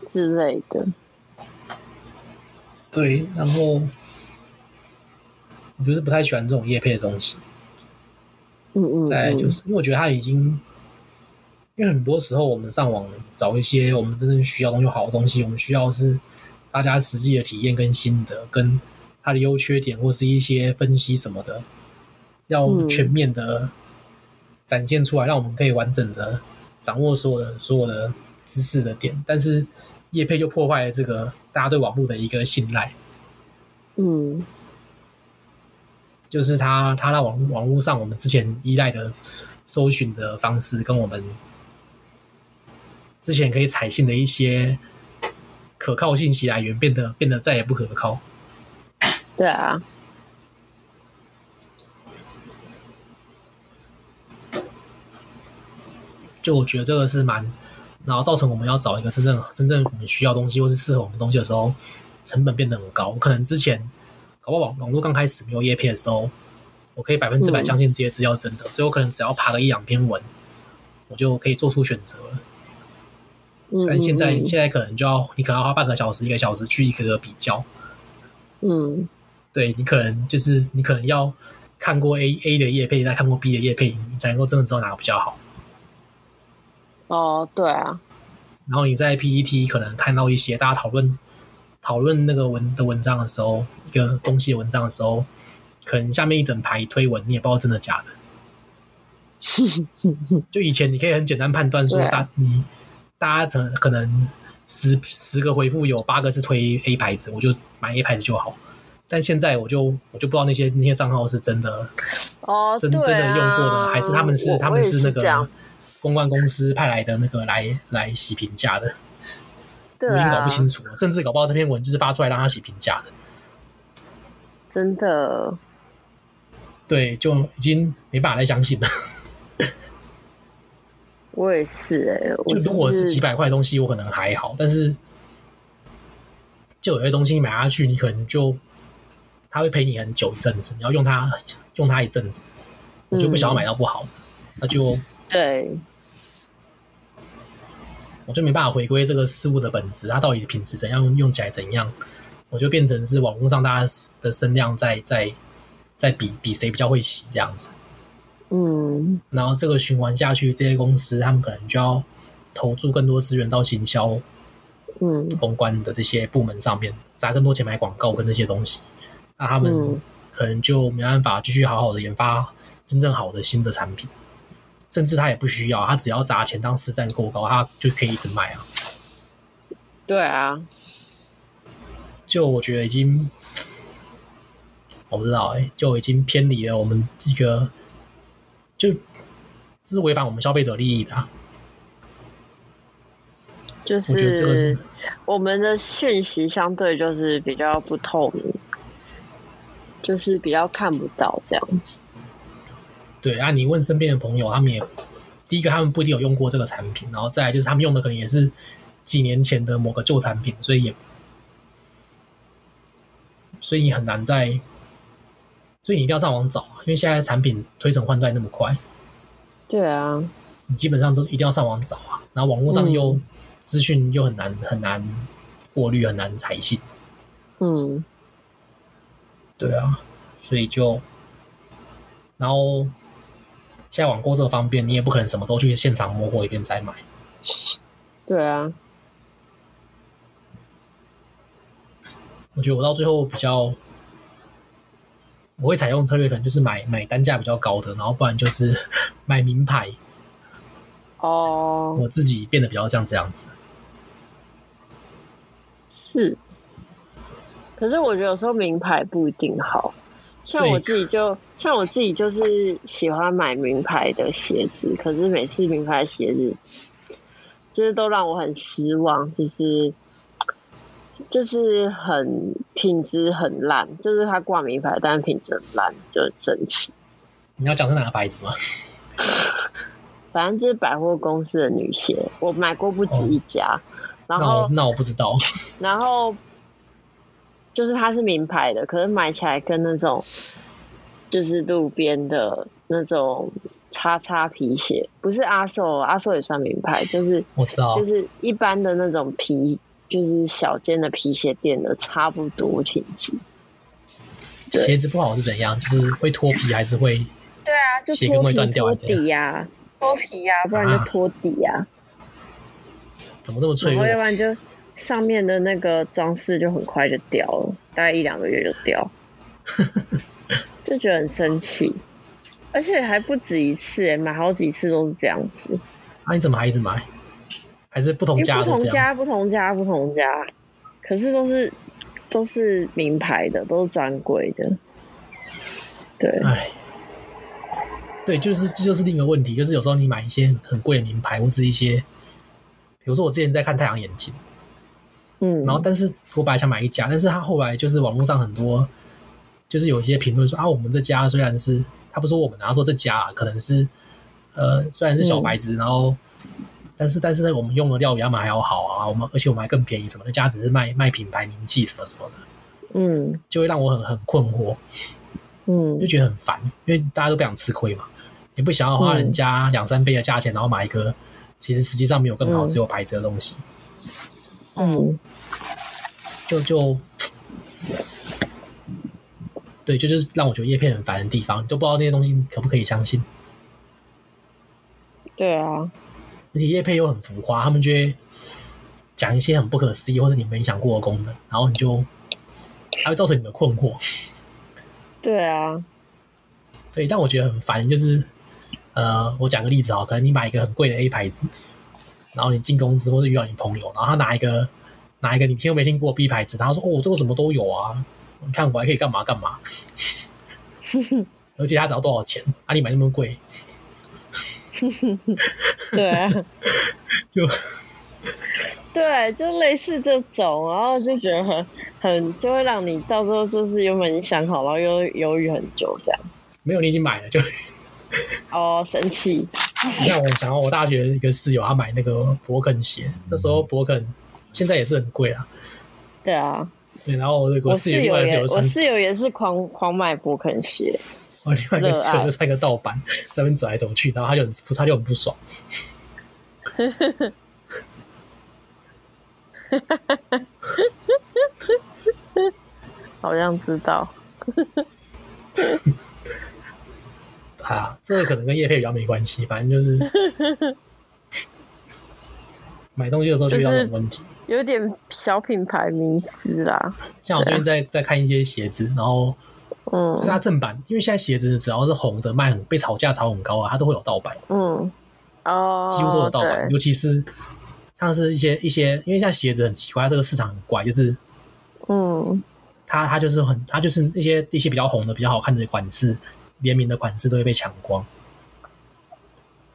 S3: 之类的。
S1: 对，然后我就是不太喜欢这种叶配的东西。
S3: 嗯嗯，
S1: 再来就
S3: 嗯
S1: 是因为我觉得它已经，因为很多时候我们上网找一些我们真正需要的东西、好的东西，我们需要的是大家实际的体验跟心得，跟它的优缺点或是一些分析什么的，要
S3: 嗯
S1: 全面的展现出来，让我们可以完整的掌握所有的所有的知识的点。但是叶配就破坏了这个大家对网络的一个信赖。
S3: 嗯
S1: 就是它它让网网络上我们之前依赖的搜寻的方式，跟我们之前可以采信的一些可靠信息来源变得变得再也不可靠。
S3: 对啊，
S1: 就我觉得这个是蛮，然后造成我们要找一个真正真正我们需要的东西，或是适合我们的东西的时候，成本变得很高。我可能之前搞不好网网络刚开始没有叶片的时候，我可以百分之百
S3: 嗯
S1: 相信这些资料真的，所以我可能只要爬个一两篇文，我就可以做出选择了。
S3: 嗯，
S1: 但现在
S3: 嗯
S1: 现在可能就要你可能要花半个小时、一个小时去一个个比较，
S3: 嗯
S1: 对你可能就是你可能要看过 A A 的叶配，再看过 B 的叶配，你才能够真的知道哪个比较好。
S3: 哦，对啊，
S1: 然后你在 PET 可能看到一些大家讨论讨论那个文的文章的时候，一个东西的文章的时候，可能下面一整排推文，你也不知道真的假的。就以前你可以很简单判断说
S3: 对啊
S1: 大你大家可可能十十个回复有八个是推 A 牌子，我就买 A 牌子就好。但现在我就我就不知道那些那些账号是真的
S3: 哦，
S1: 真、
S3: 对啊
S1: 真的用过的，还是他们是
S3: 我
S1: 他
S3: 我也
S1: 们
S3: 是
S1: 那
S3: 这样
S1: 个公关公司派来的那个来来洗评价的。
S3: 对
S1: 我已经
S3: 啊，
S1: 搞不清楚了，甚至搞不好这篇文就是发出来让他写评价的。
S3: 真的，
S1: 对，就已经没办法再相信了。
S3: 我也是哎、我
S1: 就如果
S3: 是
S1: 是几百块的东西，我可能还好，但是就有些东西你买下去，你可能就它会陪你很久一阵子，你要用它用它一阵子，我就不
S3: 嗯
S1: 想要买到不好的，那就
S3: 对，
S1: 我就没办法回归这个事物的本质，它到底品质怎样，用起来怎样，我就变成是网络上大家的声量在在在比比谁比较会洗这样子。
S3: 嗯
S1: 然后这个循环下去，这些公司他们可能就要投注更多资源到行销
S3: 嗯
S1: 公关的这些部门上面，砸更多钱买广告跟这些东西，那他们
S3: 嗯
S1: 可能就没办法继续好好的研发真正好的新的产品，甚至他也不需要，他只要砸钱当市占够高，他就可以一直卖啊。
S3: 对啊，
S1: 就我觉得已经，我不知道哎、就已经偏离了我们一个，就这是违反我们消费者利益的、啊。
S3: 就
S1: 我觉得这个是
S3: 是我们的讯息相对就是比较不透明，就是比较看不到这样。
S1: 对啊，你问身边的朋友，他们也第一个他们不一定有用过这个产品，然后再来就是他们用的可能也是几年前的某个旧产品，所以也所以你很难在，所以你一定要上网找啊，因为现在的产品推陈换代那么快，
S3: 对啊，
S1: 你基本上都一定要上网找啊，然后网络上又、资讯又很难很难过滤，很难采信，
S3: 嗯
S1: 对啊，所以就然后现在网购这个方便，你也不可能什么都去现场摸过一遍再买。
S3: 对啊，
S1: 我觉得我到最后比较，我会采用策略，可能就是买买单价比较高的，然后不然就是 买名牌，
S3: 哦，
S1: 我自己变得比较像这样子。
S3: 是。可是我觉得有时候名牌不一定好，像
S1: 对
S3: 我自己就像我自己就是喜欢买名牌的鞋子，可是每次名牌鞋子就是都让我很失望，就是就是很品质很烂，就是它挂名牌，但是品质很烂，就很生气。
S1: 你要讲是哪个牌子吗？
S3: 反正就是百货公司的女鞋，我买过不止一家，然
S1: 哦那
S3: 后
S1: 我那我不知道。
S3: 然后就是它是名牌的，可是买起来跟那种就是路边的那种叉叉皮鞋，不是阿寿，哦阿寿也算名牌，就是
S1: 我知道，
S3: 就是一般的那种皮，就是小间的皮鞋店的差不多品质。对
S1: 鞋子不好是怎样？就是会脱皮还是会？
S3: 对啊，就
S1: 鞋跟会
S3: 脱
S1: 断
S3: 皮
S1: 掉还
S3: 脱
S1: 是怎样
S3: 底呀、脱皮呀、不然
S1: 啊
S3: 就脱底呀、
S1: 怎么那么脆
S3: 然
S1: 弱
S3: 后？要不然就上面的那个装饰就很快就掉了，大概一两个月就 掉，就觉得很生气，而且还不止一次、欸，买好几次都是这样子，
S1: 那、你怎么还一直买？还是不同
S3: 因为
S1: 家
S3: 不
S1: 都
S3: 同
S1: 这样？
S3: 家不同家不同家，可是都是都是名牌的，都是专柜的，对，
S1: 哎，对，就是这就是另一个问题，就是有时候你买一些很贵的名牌，或是一些，比如说我之前在看太阳眼镜。
S3: 嗯，
S1: 然后，但是我本来想买一家，但是他后来就是网络上很多，就是有一些评论说啊，我们这家虽然是他不说我们啊，他说这家、啊、可能是呃虽然是
S3: 嗯
S1: 小牌子，然后但是但是我们用的料比他们还要好啊，我们而且我们还更便宜什么的，那家只是卖卖品牌名气什么什么的，
S3: 嗯
S1: 就会让我很很困惑，就
S3: 嗯，
S1: 觉得很烦，因为大家都不想吃亏嘛，你不想要花
S3: 嗯
S1: 人家两三倍的价钱，然后买一个其实实际上没有更好，
S3: 嗯
S1: 只有牌子的东西，
S3: 嗯
S1: 就就，对，这就是让我觉得叶片很烦的地方，都不知道那些东西可不可以相信。
S3: 对啊，
S1: 而且叶片又很浮夸，他们就会讲一些很不可思议或是你没想过的功能，然后你就它会造成你的困惑。
S3: 对啊，
S1: 对，但我觉得很烦，就是呃，我讲个例子啊，可能你买一个很贵的 A 牌子，然后你进公司或是遇到你朋友，然后他拿一个拿一个你听都没听过的 B 牌子，然后说哦，我这个什么都有啊，你看我还可以干嘛干嘛， 而且他只要多少钱，啊，你买那么贵，
S3: 对啊。
S1: 就
S3: 对，就类似这种，然后就觉得很很就会让你到时候就是原本你想好，然后又犹豫很久这样，
S1: 没有你已经买了，就
S3: 哦，生气，
S1: 像我想到我大学一个室友，他买那个勃肯鞋，那时候勃肯现在也是很贵啊，
S3: 对啊，
S1: 对，然后我我
S3: 我
S1: 室友
S3: 室
S1: 另外一
S3: 友
S1: 个室
S3: 也
S1: 友
S3: 我
S1: 穿，
S3: 室友也是狂狂买勃肯鞋，
S1: 我另外一个室
S3: 热
S1: 友
S3: 爱
S1: 就穿一个盗版，在那边走来走去，然后他就很他就很不爽。
S3: 好像知道。
S1: 啊，这个可能跟叶配比较没关系，反正就是买东西的时候就遇到这种问题。
S3: 有点小品牌迷失啦，
S1: 像我最近在在看一些鞋子，然后
S3: 嗯
S1: 就是它啊正版，因为现在鞋子只要是红的卖很被炒价炒很高啊，它都会有盗版，
S3: 嗯，哦，
S1: 几乎都有盗版，
S3: 对，
S1: 尤其是像是一些一些，因为现在鞋子很奇怪，它这个市场很怪，就是
S3: 嗯
S1: 它它就是很它就是一些一些比较红的、比较好看的款式。联名的款式都会被抢光，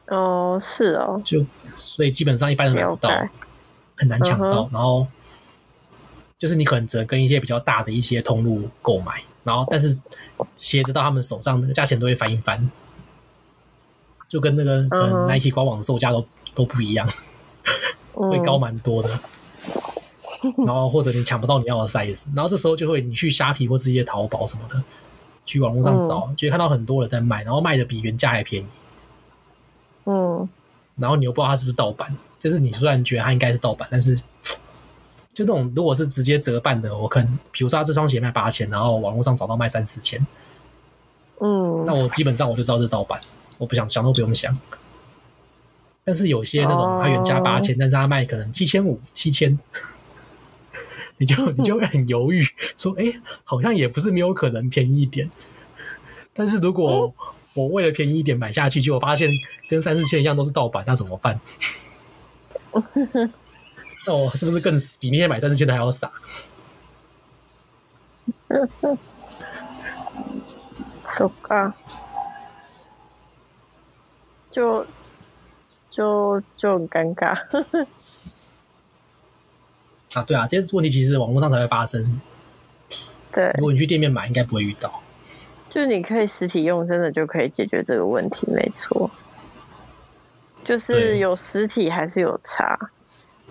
S3: 哦是哦，
S1: 就所以基本上一般人买不
S3: 了
S1: 到。
S3: 解，
S1: 很难抢到。
S3: 嗯
S1: 然后就是你可能只能跟一些比较大的一些通路购买，然后但是鞋子到他们手上，那个价钱都会翻一翻，就跟那个可能
S3: 嗯哼
S1: Nike 官网售价都都不一样，会
S3: 嗯
S1: 高蛮多的。然后或者你抢不到你要的 size，然后这时候就会你去虾皮或是一些淘宝什么的，去网络上找，就会看到很多人在卖，然后卖的比原价还便宜，
S3: 嗯
S1: 然后你又不知道它是不是盗版，就是你虽然觉得它应该是盗版，但是就那种如果是直接折半的，我可能比如说它这双鞋卖八千，然后网络上找到卖三四千，那
S3: 嗯，
S1: 我基本上我就知道这是盗版，我不想想都不用想。但是有些那种它原价
S3: 哦
S1: 八千，但是它卖可能七千五、七千，你就你就会很犹豫，说哎、诶好像也不是没有可能便宜一点。但是如果我为了便宜一点买下去，结果发现跟三四千一样都是盗版，那怎么办？ 那我是不是更比那些买三四千的还要傻？
S3: 手啊，就就就很尴尬，
S1: 啊，对啊，这些问题其实网络上才会发生，
S3: 对，
S1: 如果你去店面买，应该不会遇到。
S3: 就你可以实体用，真的就可以解决这个问题，没错。就是
S1: 对
S3: 有实体还是有差，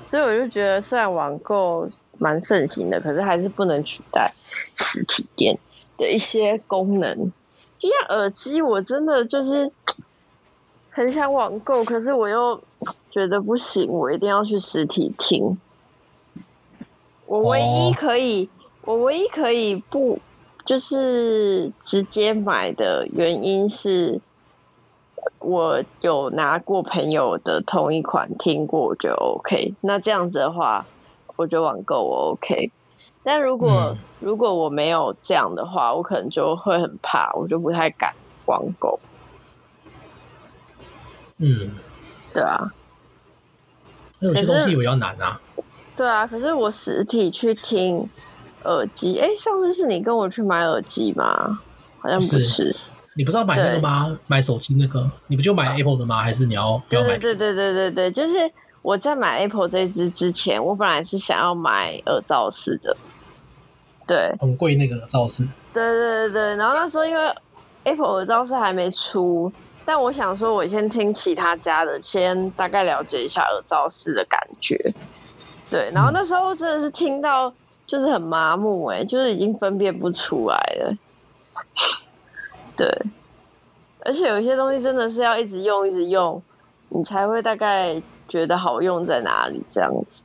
S3: 所以我就觉得，虽然网购蛮盛行的，可是还是不能取代实体店的一些功能。就像耳机，我真的就是很想网购，可是我又觉得不行，我一定要去实体听。我唯一
S1: 哦
S3: 可以，我唯一可以不就是直接买的原因是，我有拿过朋友的同一款听过，我觉得 OK。那这样子的话，我觉得网购我 OK。但如果、
S1: 嗯
S3: 如果我没有这样的话，我可能就会很怕，我就不太敢网购，
S1: 嗯，
S3: 对啊，
S1: 那有些
S3: 可是
S1: 东西比较难啊。
S3: 对啊。可是我实体去听耳机，哎、上次是你跟我去买耳机吗？好像不
S1: 不
S3: 是，
S1: 是你不是要买那个吗？买手机那个，你不就买 Apple 的吗？还是你要不
S3: 哦对
S1: 要
S3: 对
S1: 买？
S3: 对对对对对，就是我在买 Apple 这只之前，我本来是想要买耳罩式的，对，
S1: 很贵那个造势，
S3: 对对对对，然后那时候因为 Apple 耳罩是还没出，但我想说，我先听其他家的，先大概了解一下耳罩式的感觉。对，然后那时候真的是听到就是很麻木、欸，就是已经分辨不出来了。 对，而且有一些东西真的是要一直用，一直用，你才会大概觉得好用在哪里这样子。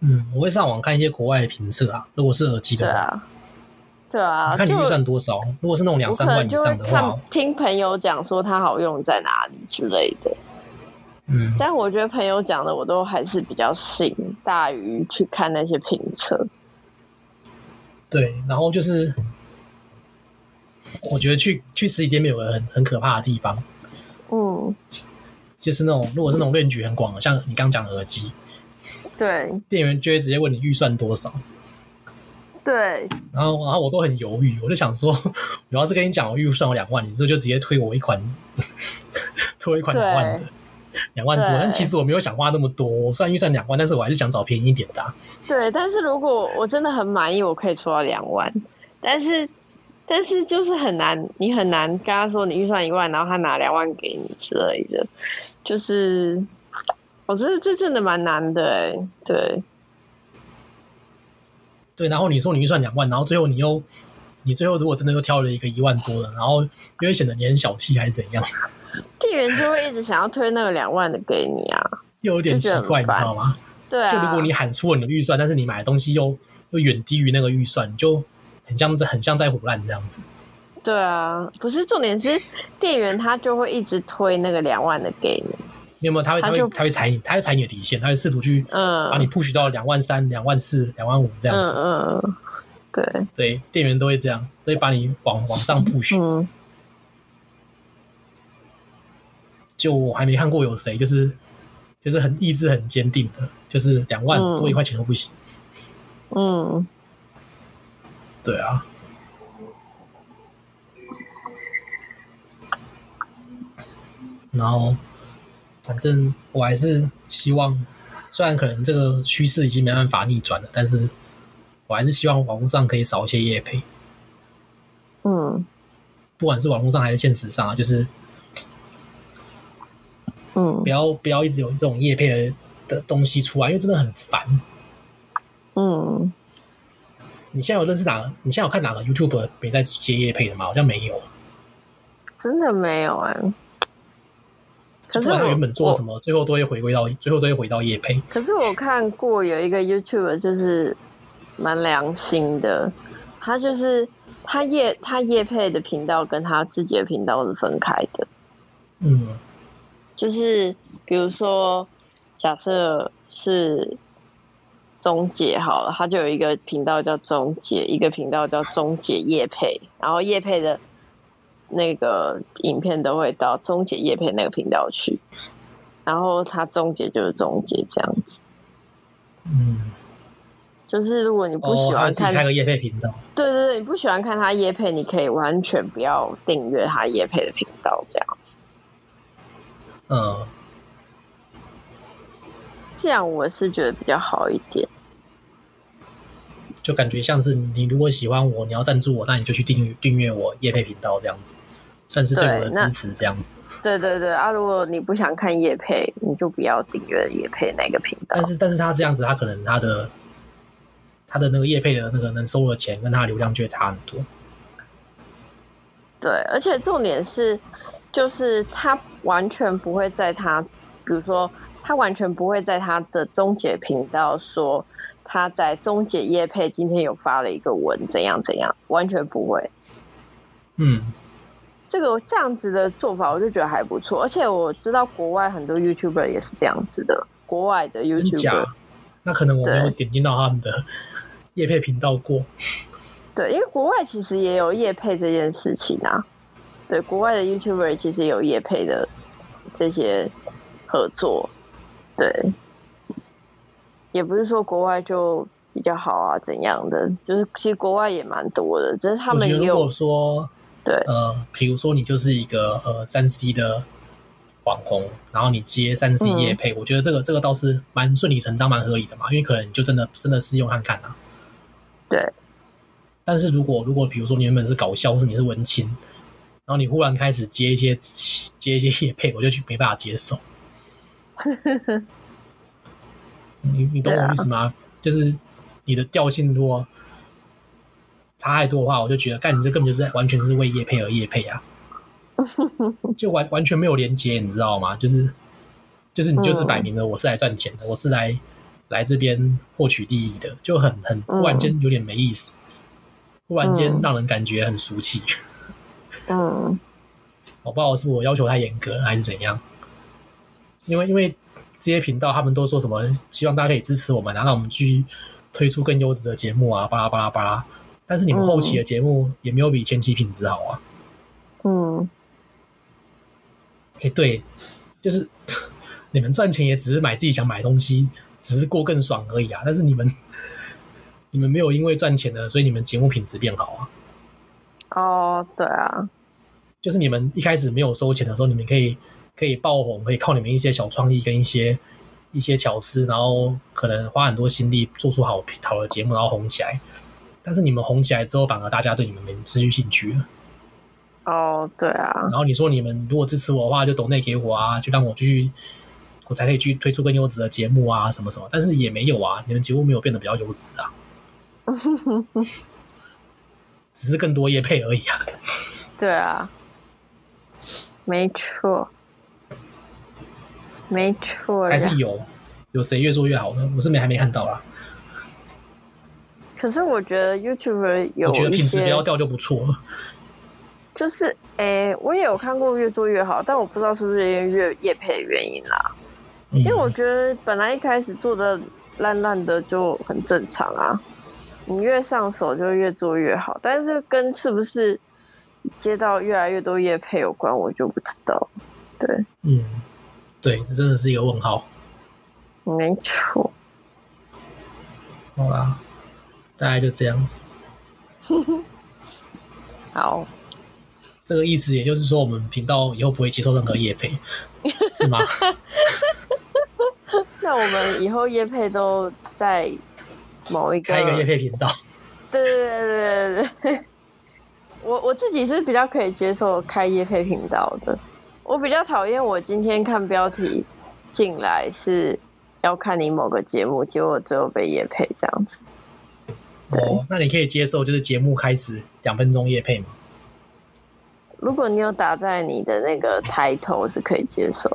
S1: 嗯，我会上网看一些国外的评测啊。如果是耳机的
S3: 对
S1: 话，
S3: 啊，对啊，
S1: 你看你
S3: 就
S1: 预算多少？如果是那种两
S3: 我可
S1: 三万
S3: 能
S1: 以
S3: 就会
S1: 上的话
S3: 看，听朋友讲说它好用在哪里之类的，
S1: 嗯，
S3: 但我觉得朋友讲的我都还是比较信，大于去看那些评测。
S1: 对。然后就是，我觉得去去实体店面有个很很可怕的地方，
S3: 嗯，
S1: 就是那种如果是那种论据很广的，像你刚讲的耳机，
S3: 对
S1: 店员就会直接问你预算多少，
S3: 对，
S1: 然后然后我都很犹豫，我就想说， 我要是跟你讲我预算有两万，你这就直接推我一款， 推我一款两万的，两万多。
S3: 对
S1: 但其实我没有想花那么多，我虽然预算两万，但是我还是想找便宜一点的啊、
S3: 对，但是如果我真的很满意，我可以出到两万，但是但是就是很难，你很难跟他说你预算一万，然后他拿两万给你之类的，就是我觉得这真的蛮难的、欸，对，
S1: 对，然后你说你预算两万，然后最后你又你最后如果真的又挑了一个一万多的，然后又会显得你很小气还是怎样，
S3: 店员就会一直想要推那个两万的给你啊。
S1: 又有点奇怪，你
S3: 就觉得很烦
S1: 知道吗？
S3: 对啊，
S1: 就如果你喊出了你的预算，但是你买的东西又又远低于那个预算，你就很像在很像在胡乱这样子。
S3: 对啊，不是重点是店员他就会一直推那个两万的给你，
S1: 你有没有？他会
S3: 他
S1: 他会
S3: 就
S1: 他会踩你，他会踩你的底线，他会试图去
S3: 嗯，
S1: 把你 push 到两万三、两万四、两万五这样
S3: 嗯
S1: 子。
S3: 嗯嗯，对，
S1: 对，店员都会这样，所以把你往往上 push。
S3: 嗯，
S1: 就我还没看过有谁就是就是很意志很坚定的，就是两万
S3: 嗯
S1: 多一块钱都不行。
S3: 嗯，
S1: 对啊。然后，反正我还是希望，虽然可能这个趋势已经没办法逆转了，但是我还是希望网络上可以少一些业配，
S3: 嗯，
S1: 不管是网络上还是现实上啊，就是
S3: 嗯
S1: 不，要不要一直有这种业配的的东西出来，因为真的很烦。
S3: 嗯，
S1: 你现在有认识哪个？你现在有看哪个 YouTube 没在接业配的吗？好像没有。
S3: 真的没有哎、
S1: 就
S3: 可
S1: 不
S3: 是
S1: 管他
S3: 我
S1: 原本做什
S3: 么？
S1: 么，最后都会回归到最后都会回到业配。
S3: 可是我看过有一个 YouTube 就是蛮良心的，他就是他叶他叶配的频道跟他自己的频道是分开的。
S1: 嗯
S3: 就是比如说，假设是钟姐好了，她就有一个频道叫钟姐，一个频道叫钟姐叶配，然后叶配的那个影片都会到钟姐叶配那个频道去，然后她钟姐就是钟姐这样子。
S1: 嗯。
S3: 就是如果你不
S1: 哦，
S3: 喜
S1: 还
S3: 欢
S1: 自己
S3: 看，
S1: 开个夜配频道。
S3: 对对对，你不喜欢看她叶配，你可以完全不要订阅她叶配的频道，这样
S1: 嗯，
S3: 这样我是觉得比较好一点。
S1: 就感觉像是你如果喜欢我，你要赞助我，那你就去订阅订阅我夜配频道这样子，算是对我的
S3: 对那
S1: 支持这样子。
S3: 对对对啊！如果你不想看叶配，你就不要订阅叶配那个频道
S1: 但。是但是他这样子，他可能他的他的那个夜配的那个能收的钱跟他的流量就会差很多。
S3: 对，而且重点是，就是他完全不会在他，比如说他完全不会在他的终结频道说他在终结叶配今天有发了一个文怎样怎样，完全不会。
S1: 嗯
S3: 这个这样子的做法，我就觉得还不错。而且我知道国外很多 YouTuber 也是这样子的，国外的
S1: 真假
S3: YouTuber，？
S1: 那可能我没有
S3: 对
S1: 点进到他们 的夜配频道过。
S3: 对，因为国外其实也有业配这件事情啊。对，国外的 YouTuber 其实也有业配的这些合作，对，也不是说国外就比较好啊，怎样的，就是其实国外也蛮多的，只是他
S1: 我
S3: 们
S1: 觉得
S3: 也
S1: 如
S3: 有
S1: 果说
S3: 对，
S1: 呃，比如说你就是一个呃三 C 的网红，然后你接三 C
S3: 嗯
S1: 业配，我觉得这个这个倒是蛮顺理成章、蛮合理的嘛，因为可能你就真的真的试用看看啊。
S3: 对。
S1: 但是如果如果比如说你原本是搞笑，或是你是文青，然后你忽然开始接一些接一些业配，我就去没办法接 受。你你懂
S3: 对
S1: 我
S3: 啊
S1: 意思吗？就是你的调性如果差太多的话，我就觉得，干你这根本就是完全是为叶配而叶配啊， 就完完全没有连接，你知道吗？就是就是你就是
S3: 嗯
S1: 摆明了我是来赚钱的，我是来来这边获取利益的，就很很忽然间有点没意思，忽然间
S3: 嗯
S1: 让人感觉很俗气。
S3: 嗯
S1: 我不知道是我要求太严格还是怎样，因为因为这些频道他们都说什么希望大家可以支持我们啊，然后我们去推出更优质的节目啊，巴拉巴拉巴拉。但是你们后期的节目也没有比前期品质好啊。
S3: 嗯，
S1: 哎、对，就是 你们赚钱也只是买自己想买的东西，只是过更爽而已啊。但是你们你们没有因为赚钱了，所以你们节目品质变好啊。
S3: 哦，对啊，
S1: 就是你们一开始没有收钱的时候，你们可以可以爆红，可以靠你们一些小创意跟一些一些巧思，然后可能花很多心力做出好好的节目，然后红起来。但是你们红起来之后，反而大家对你们没失去兴趣了。
S3: 哦，对啊，
S1: 然后你说你们如果支持我的话，就抖内给我啊，就让我继续，我才可以去推出更优质的节目啊，什么什么。但是也没有啊，你们节目没有变得比较优质啊。只是更多业配而已啊。
S3: 对啊，没错，没错。
S1: 还是有有谁越做越好呢？我是没还没看到啦。
S3: 可是我觉得 YouTube 有
S1: 我觉得
S3: 一
S1: 品质不
S3: 些
S1: 要掉就不错了。
S3: 就是诶、我也有看过越做越好，但我不知道是不是因为越叶配的原因啦。
S1: 因
S3: 因为我觉得本来一开始做的烂烂的就很正常啊，你越上手就越做越好，但是这跟是不是接到越来越多叶配有关，我就不知道。对，
S1: 嗯，对，这真的是一个问号。
S3: 没错。
S1: 好啦，大概就这样子。
S3: 好，
S1: 这个意思也就是说，我们频道以后不会接受任何业配，是 吗？
S3: 那我们以后叶配都在某一个
S1: 开一个业配频道，
S3: 对对对对对 对，我我自己是比较可以接受开夜配频道的，我比较讨厌我今天看标题进来是要看你某个节目，结果最后被夜配这样子。
S1: 哦，那你可以接受就是节目开始两分钟业配吗？
S3: 如果你有打在你的那个抬头是可以接受，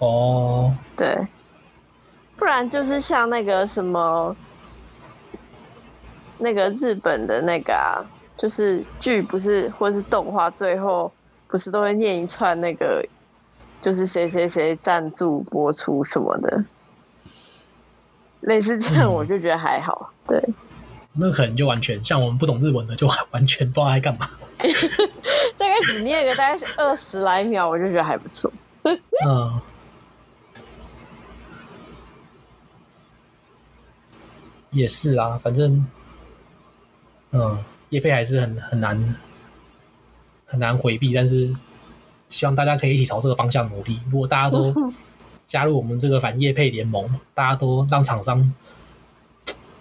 S1: 哦，
S3: 对，不然就是像那个什么那个日本的那个啊，就是剧不是或是动画最后不是都会念一串那个就是谁谁谁赞助播出什么的，类似这样
S1: 嗯
S3: 我就觉得还好，对，
S1: 那可能就完全像我们不懂日文的，就完完全不知道在干嘛。
S3: 大概只念个大概是二十来秒，我就觉得还不错。
S1: 嗯，也是啦，反正，嗯，业配还是很很难很难回避，但是希望大家可以一起朝这个方向努力。如果大家都加入我们这个反业配联盟，大家都让厂商，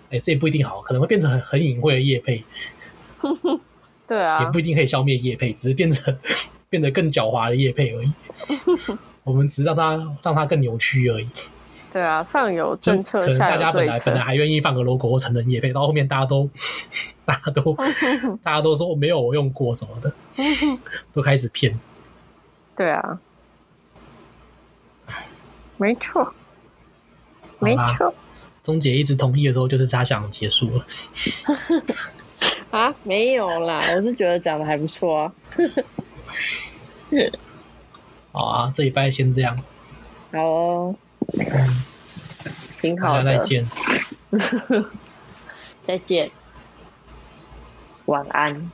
S1: 哎、这也不一定好，可能会变成很很隐晦的业配，
S3: 对啊，
S1: 也不一定可以消灭叶配，只是变成变得更狡猾的叶配而 已。我们只是让它让它更扭曲而已。
S3: 对啊，上有
S1: 就
S3: 政策，
S1: 可能
S3: 下
S1: 大
S3: 有
S1: 家本
S3: 对
S1: 来
S3: 策
S1: 本来。还愿意放个 logo 或成人叶配，到后面大家都大家 都大家都说我哦没有我用过什么的，都开始骗。
S3: 对啊，没错，没错
S1: 钟姐一直同意的时候，就是她想结束了。
S3: 啊，没有啦，我是觉得长得还不错啊。
S1: 好啊，这礼拜先这样，
S3: 好哦，挺
S1: 大
S3: 好
S1: 家
S3: 的，
S1: 嗯再，见。
S3: 再见，晚安。